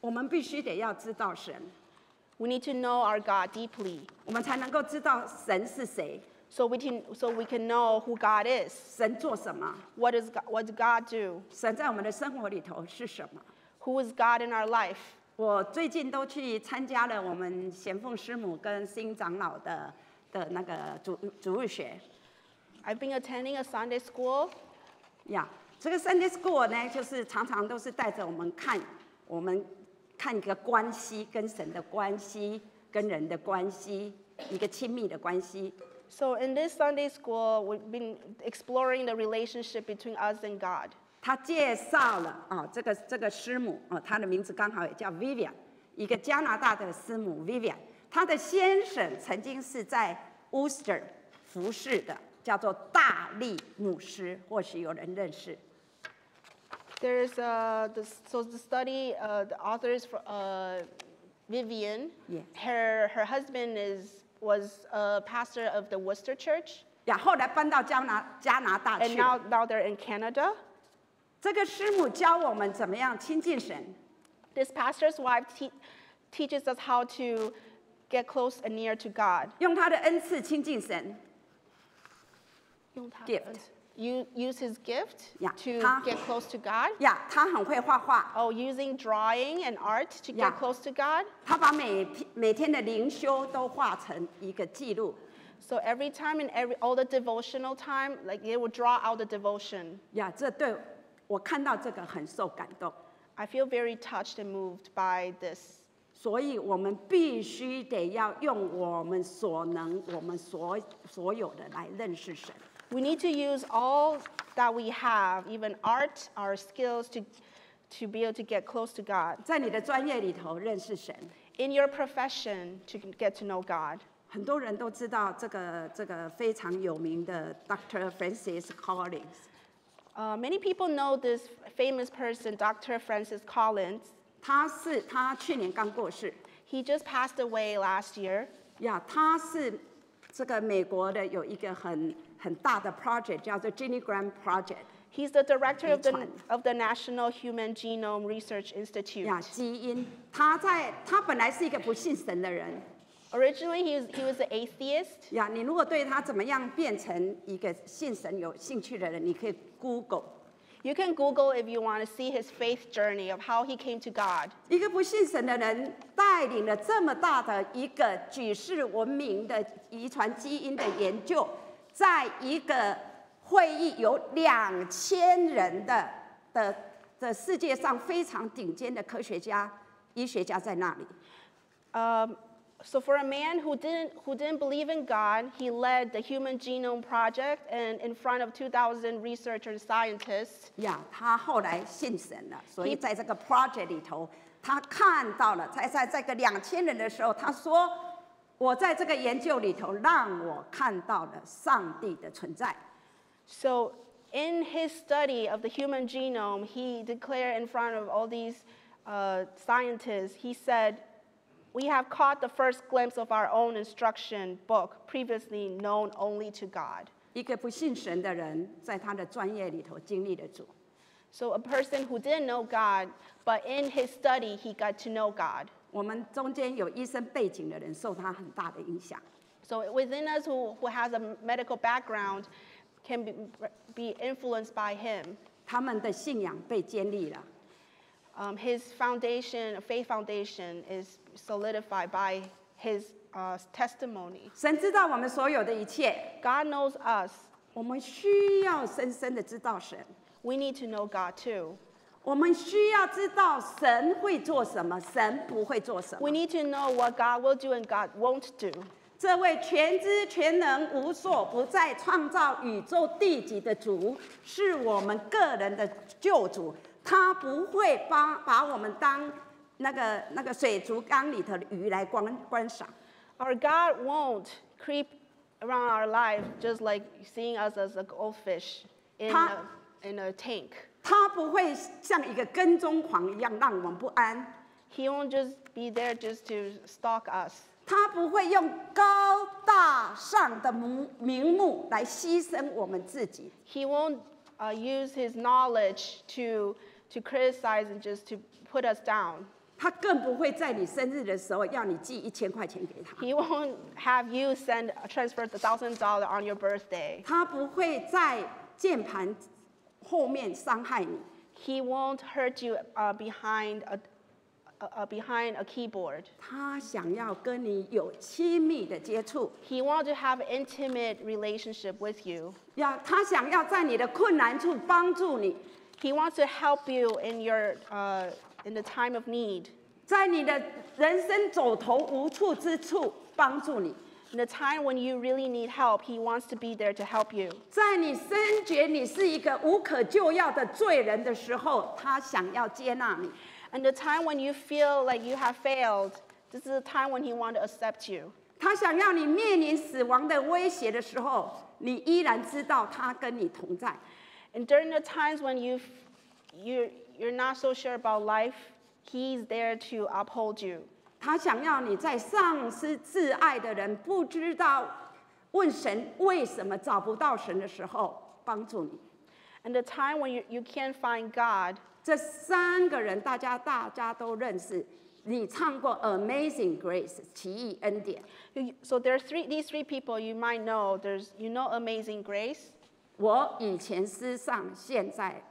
我们必须得要知道神，
We need to know our God deeply
我们才能够知道神是谁，
so we can, so we can know who God is.
神做什么，
What, is God, what does God do?
神在我们的生活里头是什么。
Who is God in our life?
我最近都去参加了我们贤凤师母跟新长老的的那个主主日学，
I've been attending a Sunday school.
呀这个 Sunday School 呢，就是常常都是带着我们看，我们看一个关系，跟神的关系，跟人的关系，一个亲密的关系。
So in this Sunday school, we've been exploring the relationship between us and God.
他他介绍了啊、这个这个师母啊、她的名字刚好也叫 Vivian，一个加拿大的师母 Vivian，她的先生曾经是在 Worcester 服侍的，叫做大力牧师，或许有人认识。
There's uh, the, so the study, uh, the author is for, uh, Vivian.
Yeah.
Her, her husband is, was a pastor of the Worcester Church,
呀，后来搬到加拿加拿大
and
去了。
now, now they're in Canada.
这个师母教我们怎么样亲近神，
This pastor's wife te- teaches us how to get close and near to God.
用她的恩赐亲近神。Gift.
You use his gift
Yeah.
to
Huh?
get close to God.
呀，她很会画画，
Oh, using drawing and art to
Yeah.
get close to God.
她把每每天的灵修都画成一个记录。
So every time and every all the devotional time, like they will draw out the devotion.
呀，这对我看到这个很受感动，
I feel very touched and moved by this.
所以我们必须得要用我们所能、我们所所有的来认识神。
We need to use all that we have, even art, our skills, to to be able to get close to God.
在你的专业里头认识神，
In your profession, to get to know God.
很多人都知道这个这个非常有名的 Dr. Francis Collins，
Uh, many people know this famous person, Dr. Francis Collins.
他是他去年刚过世，
He just passed away last year.
呀，他是这个美国的有一个很很大的 project 叫做 Jenny Graham Project，
He's the director of the,
遗传。
of the National Human Genome Research Institute.
呀，基因，他在他本来是一个不信神的人，
Originally, he was, he was an atheist.
呀，你如果对他怎么样变成一个信神有兴趣的人，你可以 Google。
You can Google if you want to see his faith journey of how he came to God.
一个不信神的人带领了这么大的一个举世闻名的遗传基因的研究，在一个会议有两千人的的的世界上非常顶尖的科学家、医学家在那里。
Um, so, for a man who didn't, who didn't believe in God, he led the Human Genome Project and in front of 2,000 researchers and scientists.
呀，他后来信神了，所以在这个 project 里头，他看到了，在在这个两千人的时候，他说：“我在这个研究里头，让我看到了上帝的存在。
So, in his study of the human genome, he declared in front of all these uh, scientists, he said, We have caught the first glimpse of our own instruction book, previously known only to God. ”
一个不信神的人，在他的专业里头经历了主，
So, a person who didn't know God, but in his study, he got to know God.
我们中间有医生背景的人，受他很大的影响。
So, within us who, who has a medical background can be, be influenced by him.
他们的信仰被建立了，
Um, his foundation, faith foundation, is solidified by his uh, testimony.
神知道我们所有的一切，
God knows us.
我们需要深深的知道神，
We need to know God too.
我们需要知道神会做什么，神不会做什
We
么。
need to know what God will do and God won't do.
这位全知全能、无所不在、创造宇宙地级的主，是我们个人的救主。他不会帮把我们当那个那个水族缸里头的鱼来观观赏。
Our God won't creep around our life just like seeing us as a goldfish in,
Huh?
a, in a tank.
他不会像一个跟踪狂一样让我们不安，
He won't just be there just to stalk us.
他不会用高大上的名名目来牺牲我们自己。
He won't uh, use his knowledge to, to criticize and just to put us down.
他更不会在你生日的时候要你寄一千块钱给他，
He won't have you send uh, transfer the thousand dollar on your birthday.
他不会在键盘后面伤害你，
He won't hurt you uh, behind a uh, uh, behind a keyboard.
他想要跟你有亲密的接触，
He wants to have intimate relationship with you.
要他想要在你的困难处帮助你，
He wants to help you in your uh, in the time of need,
在你的人生走投无处之处帮助你。
In the time when you really need help, He wants to be there to help you.
在你深觉你是一个无可救药的罪人的时候，他想要接纳你。
And the time when you feel like you have failed, this is the time when He wants to accept you.
他想要你面临死亡的威胁的时候，你依然知道他跟你同在。
And during the times when you you're, you're not so sure about life, He's there to uphold you.
他想要你在丧失挚爱的人不知道问神为什么找不到神的时候，帮助你。
And the time when you, you can't find God,
这三个人大家大家都认识，你唱过《Amazing Grace》奇异恩典。
you, so there are three, these three people you might know. There's, you know Amazing Grace,
我以前失丧，现在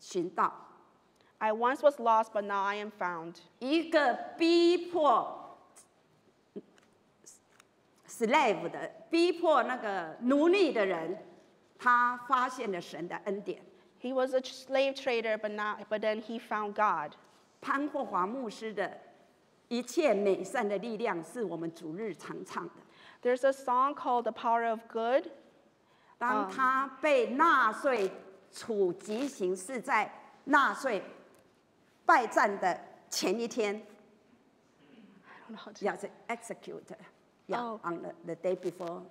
寻道。
I once was lost, but now I am found.
一个逼迫 slave 的、逼迫那个奴隶的人，他发现了神的恩典。
He was a slave trader, but, not, but then he found God.
潘霍华牧师的一切美善的力量，是我们主日常唱的。
There's a song called The Power of Good. 啊
当他被纳粹处极刑，是在纳粹败战的前一天，
I don't know how to.
要是 execute，要、
哦
on the the day before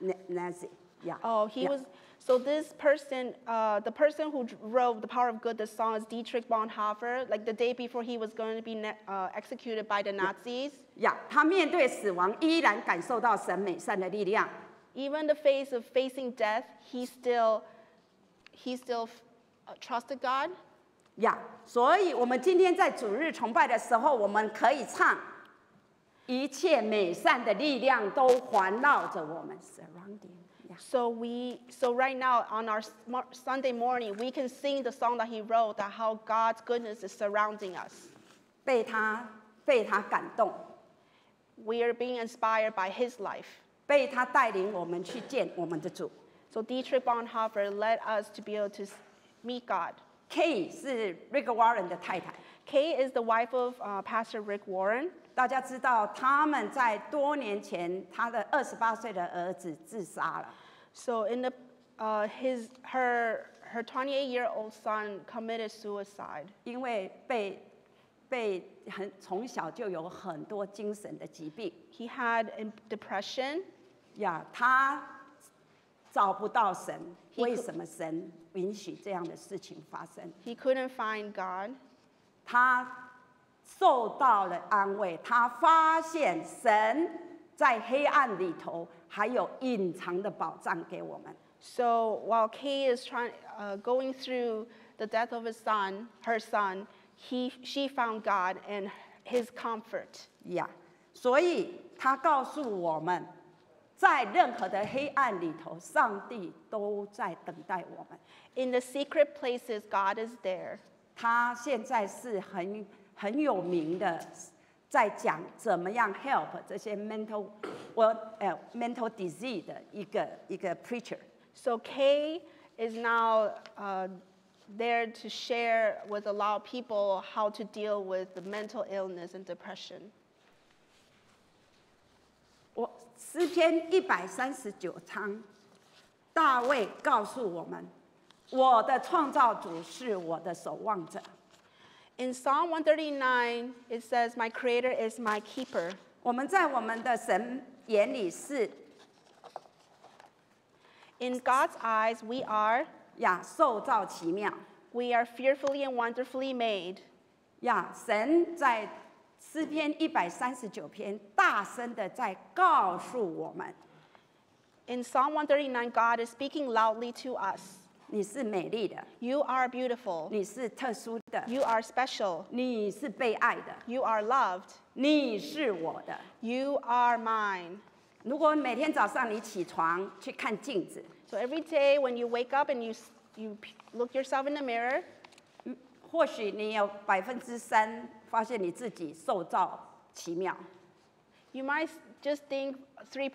Na- Nazi，要、
Oh, he
Yeah.
was. So this person, uh, the person who dr- wrote "The Power of Good," the song is Dietrich Bonhoeffer. Like the day before he was going to be ne- uh, executed by the Nazis,
呀，他面对死亡依然感受到神美善的力量。
even in the face of facing death, he still, he still uh, trusted God.
呀，所以我们今天在主日崇拜的时候，我们可以唱：一切美善的力量都环绕着我们，surrounding。呀，
So we, so right now on our s- mo- Sunday morning, we can sing the song that he wrote that how God's goodness is surrounding us.
被他被他感动，
We are being inspired by His life.
被他带领我们去见我们的主。
So Dietrich Bonhoeffer led us to be able to s- meet God.
K 是 Rick Warren 的太太，
Kay is the wife of uh, Pastor Rick Warren.
大家知道他们在多年前，他的二十八岁的儿子自杀了。
So in the uh, his her her 28 year old son committed suicide
因为被被很从小就有很多精神的疾病
he had im- depression
呀，他找不到神，
He
为
could-
什么神允许这样的事情发生？
he couldn't find god
他受到了安慰，他发现神在黑暗里头还有隐藏的宝藏给我们。
so while Kay is trying uh, going through the death of his son her son he she found god and his comfort
呀所以他告诉我们，在任何的黑暗里头，上帝都在等待我们。
in the secret places god is there
他现在是很很有名的，在讲怎么样 help 这些 mental 我呃 mental disease 的一个一个 preacher。
So Kay is now uh, there to share with a lot of people how to deal with the mental illness and depression.
我诗篇一百三十九章，大卫告诉我们，我的创造主是我的守望者。
In Psalm 139, it says, My creator is my keeper.
我们在我们的神眼里是
In God's eyes, we are
呀受造奇妙
we are fearfully and wonderfully made.
呀，神在诗篇一百三十九篇大声的在告诉我们。
In Psalm 139, God is speaking loudly to us.
你是美丽的，
You are beautiful.
你是特殊的，
You are special.
你是被爱的，
You are loved.
你是我的。
You are mine.
如果每天早上你起床去看镜子，
So every day when you wake up and you, s- you p- look yourself in the mirror,
嗯或许你有百分之三发现你自己受造奇妙，
you might s- just think 3%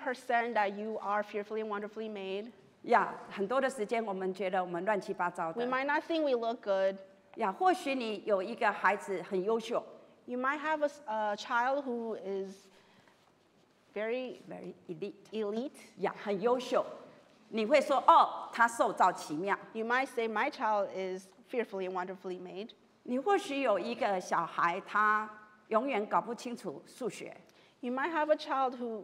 that you are fearfully and wonderfully made.
呀、很多的时间我们觉得我们乱七八糟
We
的，
might not think we look good.
呀、或许你有一个孩子很优秀，
You might have a s- a, child who is very
very elite，
elite.
呀、很优秀。你会说哦，他受造奇妙。
You might say, My child is fearfully and wonderfully made.
你或许有一个小孩，他永远搞不清楚数学，
You might have a child who,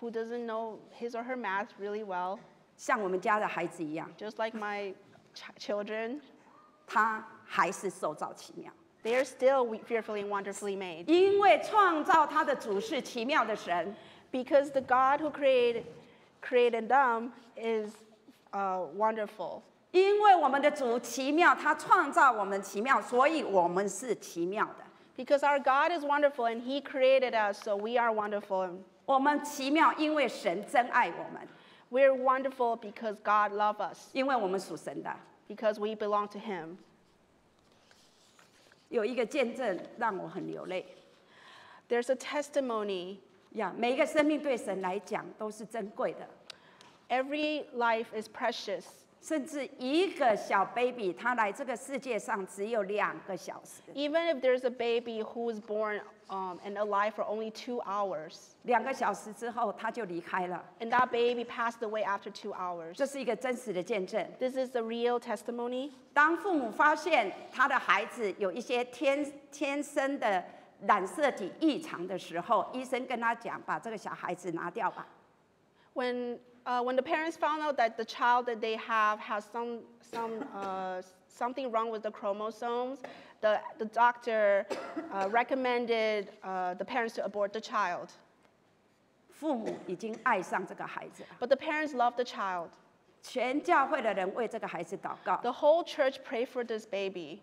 who doesn't know his or her math really well,
像我们家的孩子一样，
just like my ch- children.
他还是受造奇妙。
They are still we- fearfully and wonderfully made.
因为创造他的主是奇妙的神，
Because the God who created, created them is uh, wonderful.
因为我们的主奇妙，他创造我们奇妙，所以我们是奇妙的。
Because our God is wonderful and He created us, so we are wonderful. And
我们奇妙，因为神真爱我们，
we're wonderful because God loves us,
因为我们属神的。
because we belong to Him.
有一个见证让我很流泪
There's a testimony.
呀！每一个生命对神来讲都是珍贵的，
Every life is precious.
甚至一个小 baby 他来这个世界上只有两个小时，
Even if there's a baby who is born um, and alive for only two hours,
两个小时之后他就离开了，
and that baby passed away after two hours.
这是一个真实的见证。
This is the real testimony.
当父母发现他的孩子有一些天天生的染色体异常的时候，医生跟他讲，把这个小孩子拿掉吧。
When, uh, when the parents found out that the child that they have has some, some, uh, something wrong with the chromosomes, the, the doctor uh, recommended uh, the parents to abort the child.
父母已经爱上这个孩子了，
But the parents loved the child.
全教会的人为这个孩子祷告，
The whole church prayed for this baby.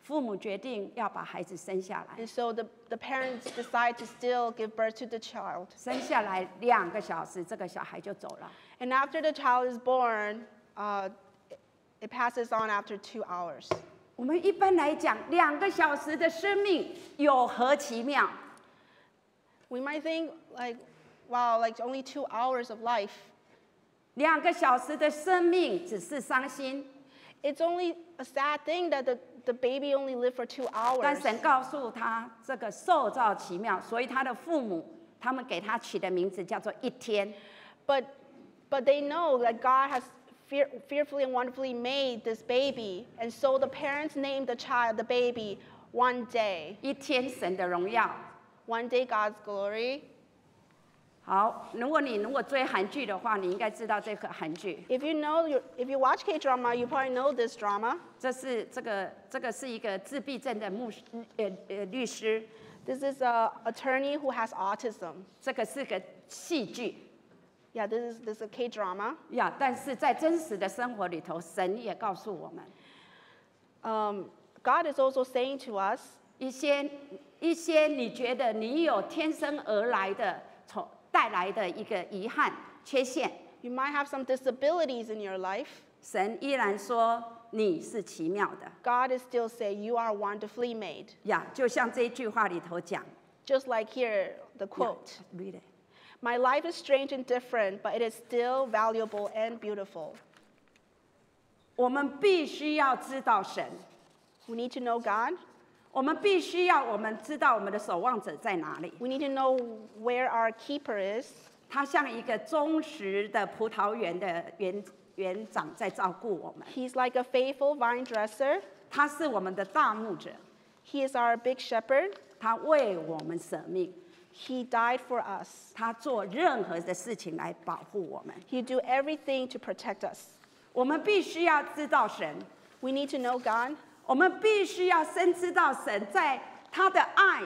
父母决定要把孩子生下来，
And so the, the parents decide to still give birth to the child.
生下来两个小时，这个小孩就走了。
And after the child is born, uh, it- it passes on after two hours.
我们一般来讲，两个小时的生命有何奇妙？
We might think like, wow, like only two hours of life.
两个小时的生命只是伤心，
It's only a sad thing that the, the baby only lived for two
但
hours.
神告诉他，这个受造奇妙，所以他的父母他们给他取的名字叫做一天。
But, but they know that God has fear, fearfully and wonderfully made this baby. And so the parents named the child, the baby, one day.
一天神的荣耀。
One day God's glory.
好，如果你如果追韩剧的话，你应该知道这个韩剧，
If you know, your- if you watch K drama, you probably know this drama.
这是这个这个是一个自闭症的牧师呃呃律师，
This is a attorney who has autism.
这个是个戏剧
Yeah, this is this is a K drama.
呀。但是在真实的生活里头，神也告诉我们，
Um, God is also saying to us,
一些一些你觉得你有天生而来的从带来的一个遗憾缺陷。
you might have some disabilities in your life.
神依然说你是奇妙的
God is still saying you are wonderfully made.
呀就像这一句话里头讲
Just like here, the quote.
Read it.
My life is strange and different, but it is still valuable and beautiful.
我们必须要知道神，
We need to know God.
我们必须要我们知道我们的守望者在哪里。
We need to know where our keeper is.
他像一个忠实的葡萄园的园园长在照顾我们，
He's like a faithful vine dresser.
他是我们的大牧者，
He is our big shepherd.
他为我们舍命，
He died for us.
他做任何的事情来保护我们。
He do everything to protect us.
我们必须要知道神，
We need to know God.
我们必须要深知到神在他的爱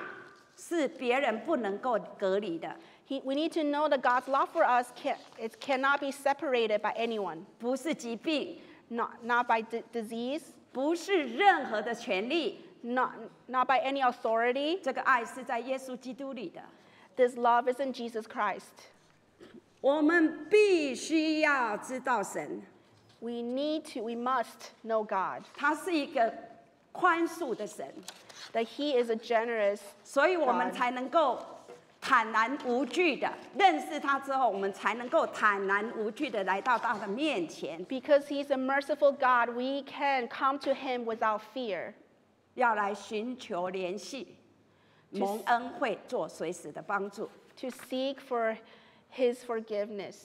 是别人不能够隔离的，
He, we need to know that God's love for us can, it cannot be separated by anyone,
不是疾病，
not, not by di- disease,
不是任何的权利。
not, not by any authority.
这个爱是在耶稣基督里的。
This love is in Jesus Christ.
我们必须要知道神，
We need to, we must know God,
他是一个宽恕的神，
that He is a generous,
所以我们
God
才能够坦然无惧的认识他之后，我们才能够坦然无惧的来到他的面前，
because He's a merciful God, we can come to Him without fear
要来寻求联系，蒙恩惠做随时的帮助。
to seek for his forgiveness.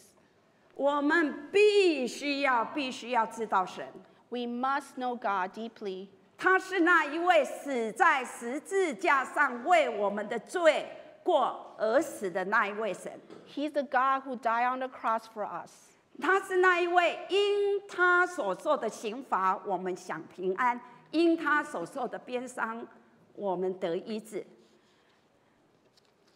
我们必须要必须要知道神，
We must know God deeply.
他是那一位死在十字架上为我们的罪过而死的那一位神，
He's the God who died on the cross for us.
他是那一位因他所受的刑罚我们享平安，因他所受的鞭伤我们得医治。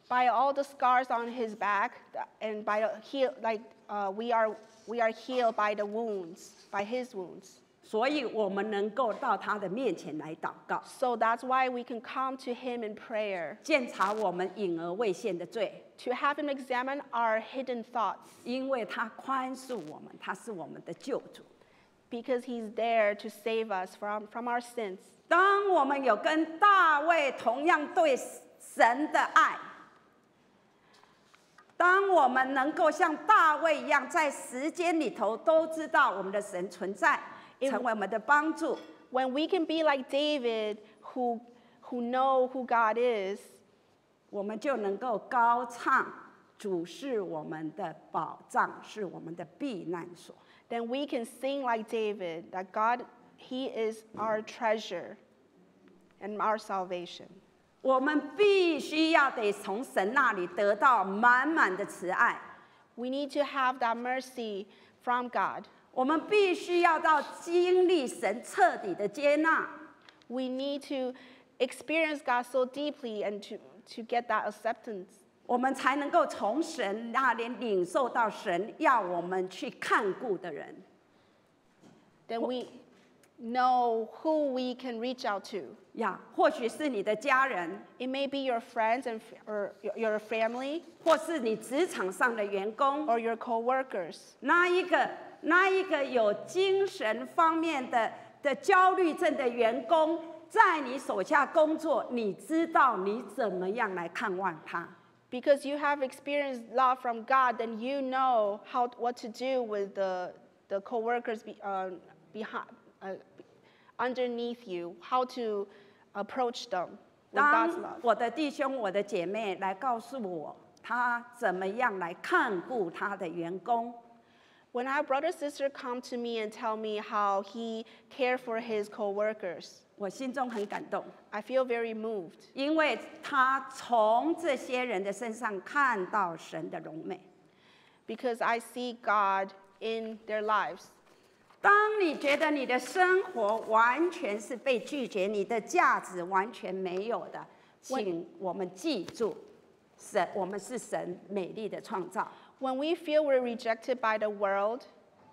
By all the scars on his back, th- and by the heal, like uh, we are, we are healed by the wounds, by his wounds.
所以我们能够到他的面前来祷告，
So that's why we can come to him in prayer,
检查我们隐而未现的罪，
to have him examine our hidden thoughts,
因为他宽恕我们，他是我们的救主。
because he's there to save us from, from our sins.
当我们有跟大卫同样对神的爱，当我们能够像大卫一样，在时间里头都知道我们的神存在，
If-
成为我们的帮助，
When we can be like David, who, who know who God is,
我们就能够高唱主是我们的保障，是我们的避难所。
then we can sing like David that God, He is our treasure and our salvation.
我们必须要得从神那里得到满满的慈爱，
We need to have that mercy from God.
我们必须要到经历神彻底的接纳，
We need to experience God so deeply and to, to get that acceptance.
我们才能够从神那里领受到神要我们去看顾的人。
Then we know who we can reach out to.
呀、或许是你的家人，
It may be your friends and, f- or your- your family
或是你职场上的员工，
or your coworkers.
那一个那一个有精神方面的的焦虑症的员工，在你手下工作，你知道你怎么样来看望他。
Because you have experienced love from God, then you know how what to do with the the coworkers be, uh, behind, uh, underneath you, how to approach them with God's
当
love.
我的弟兄、我的姐妹来告诉我，他怎么样来看顾他的员工，
When our brother sister come to me and tell me how he cared for his coworkers,
我心中很感动，
I feel very moved
因为他从这些人的身上看到神的荣美。
because I see God in their lives.
当你觉得你的生活完全是被拒绝，你的价值完全没有的，请我们记住，神，我们是神美丽的创造。
When we feel we're rejected by the world,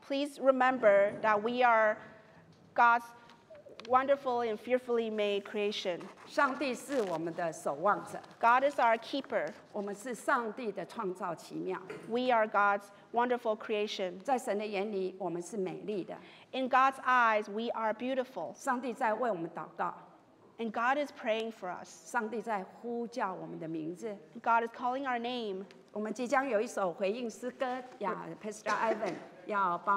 please remember that we are God's wonderful and fearfully made creation.
上帝是我们的守望者，
God is our keeper.
我们是上帝的创造奇妙。
We are God's wonderful creation.
在神的眼里，我们是美丽的。
In God's eyes, we are beautiful.
上帝在为我们祷告，
And God is praying for us.
上帝在呼叫我们的名字。
God is calling our name.
我们即将有一首回应诗歌，呀 p a s t o r Ivan 要帮。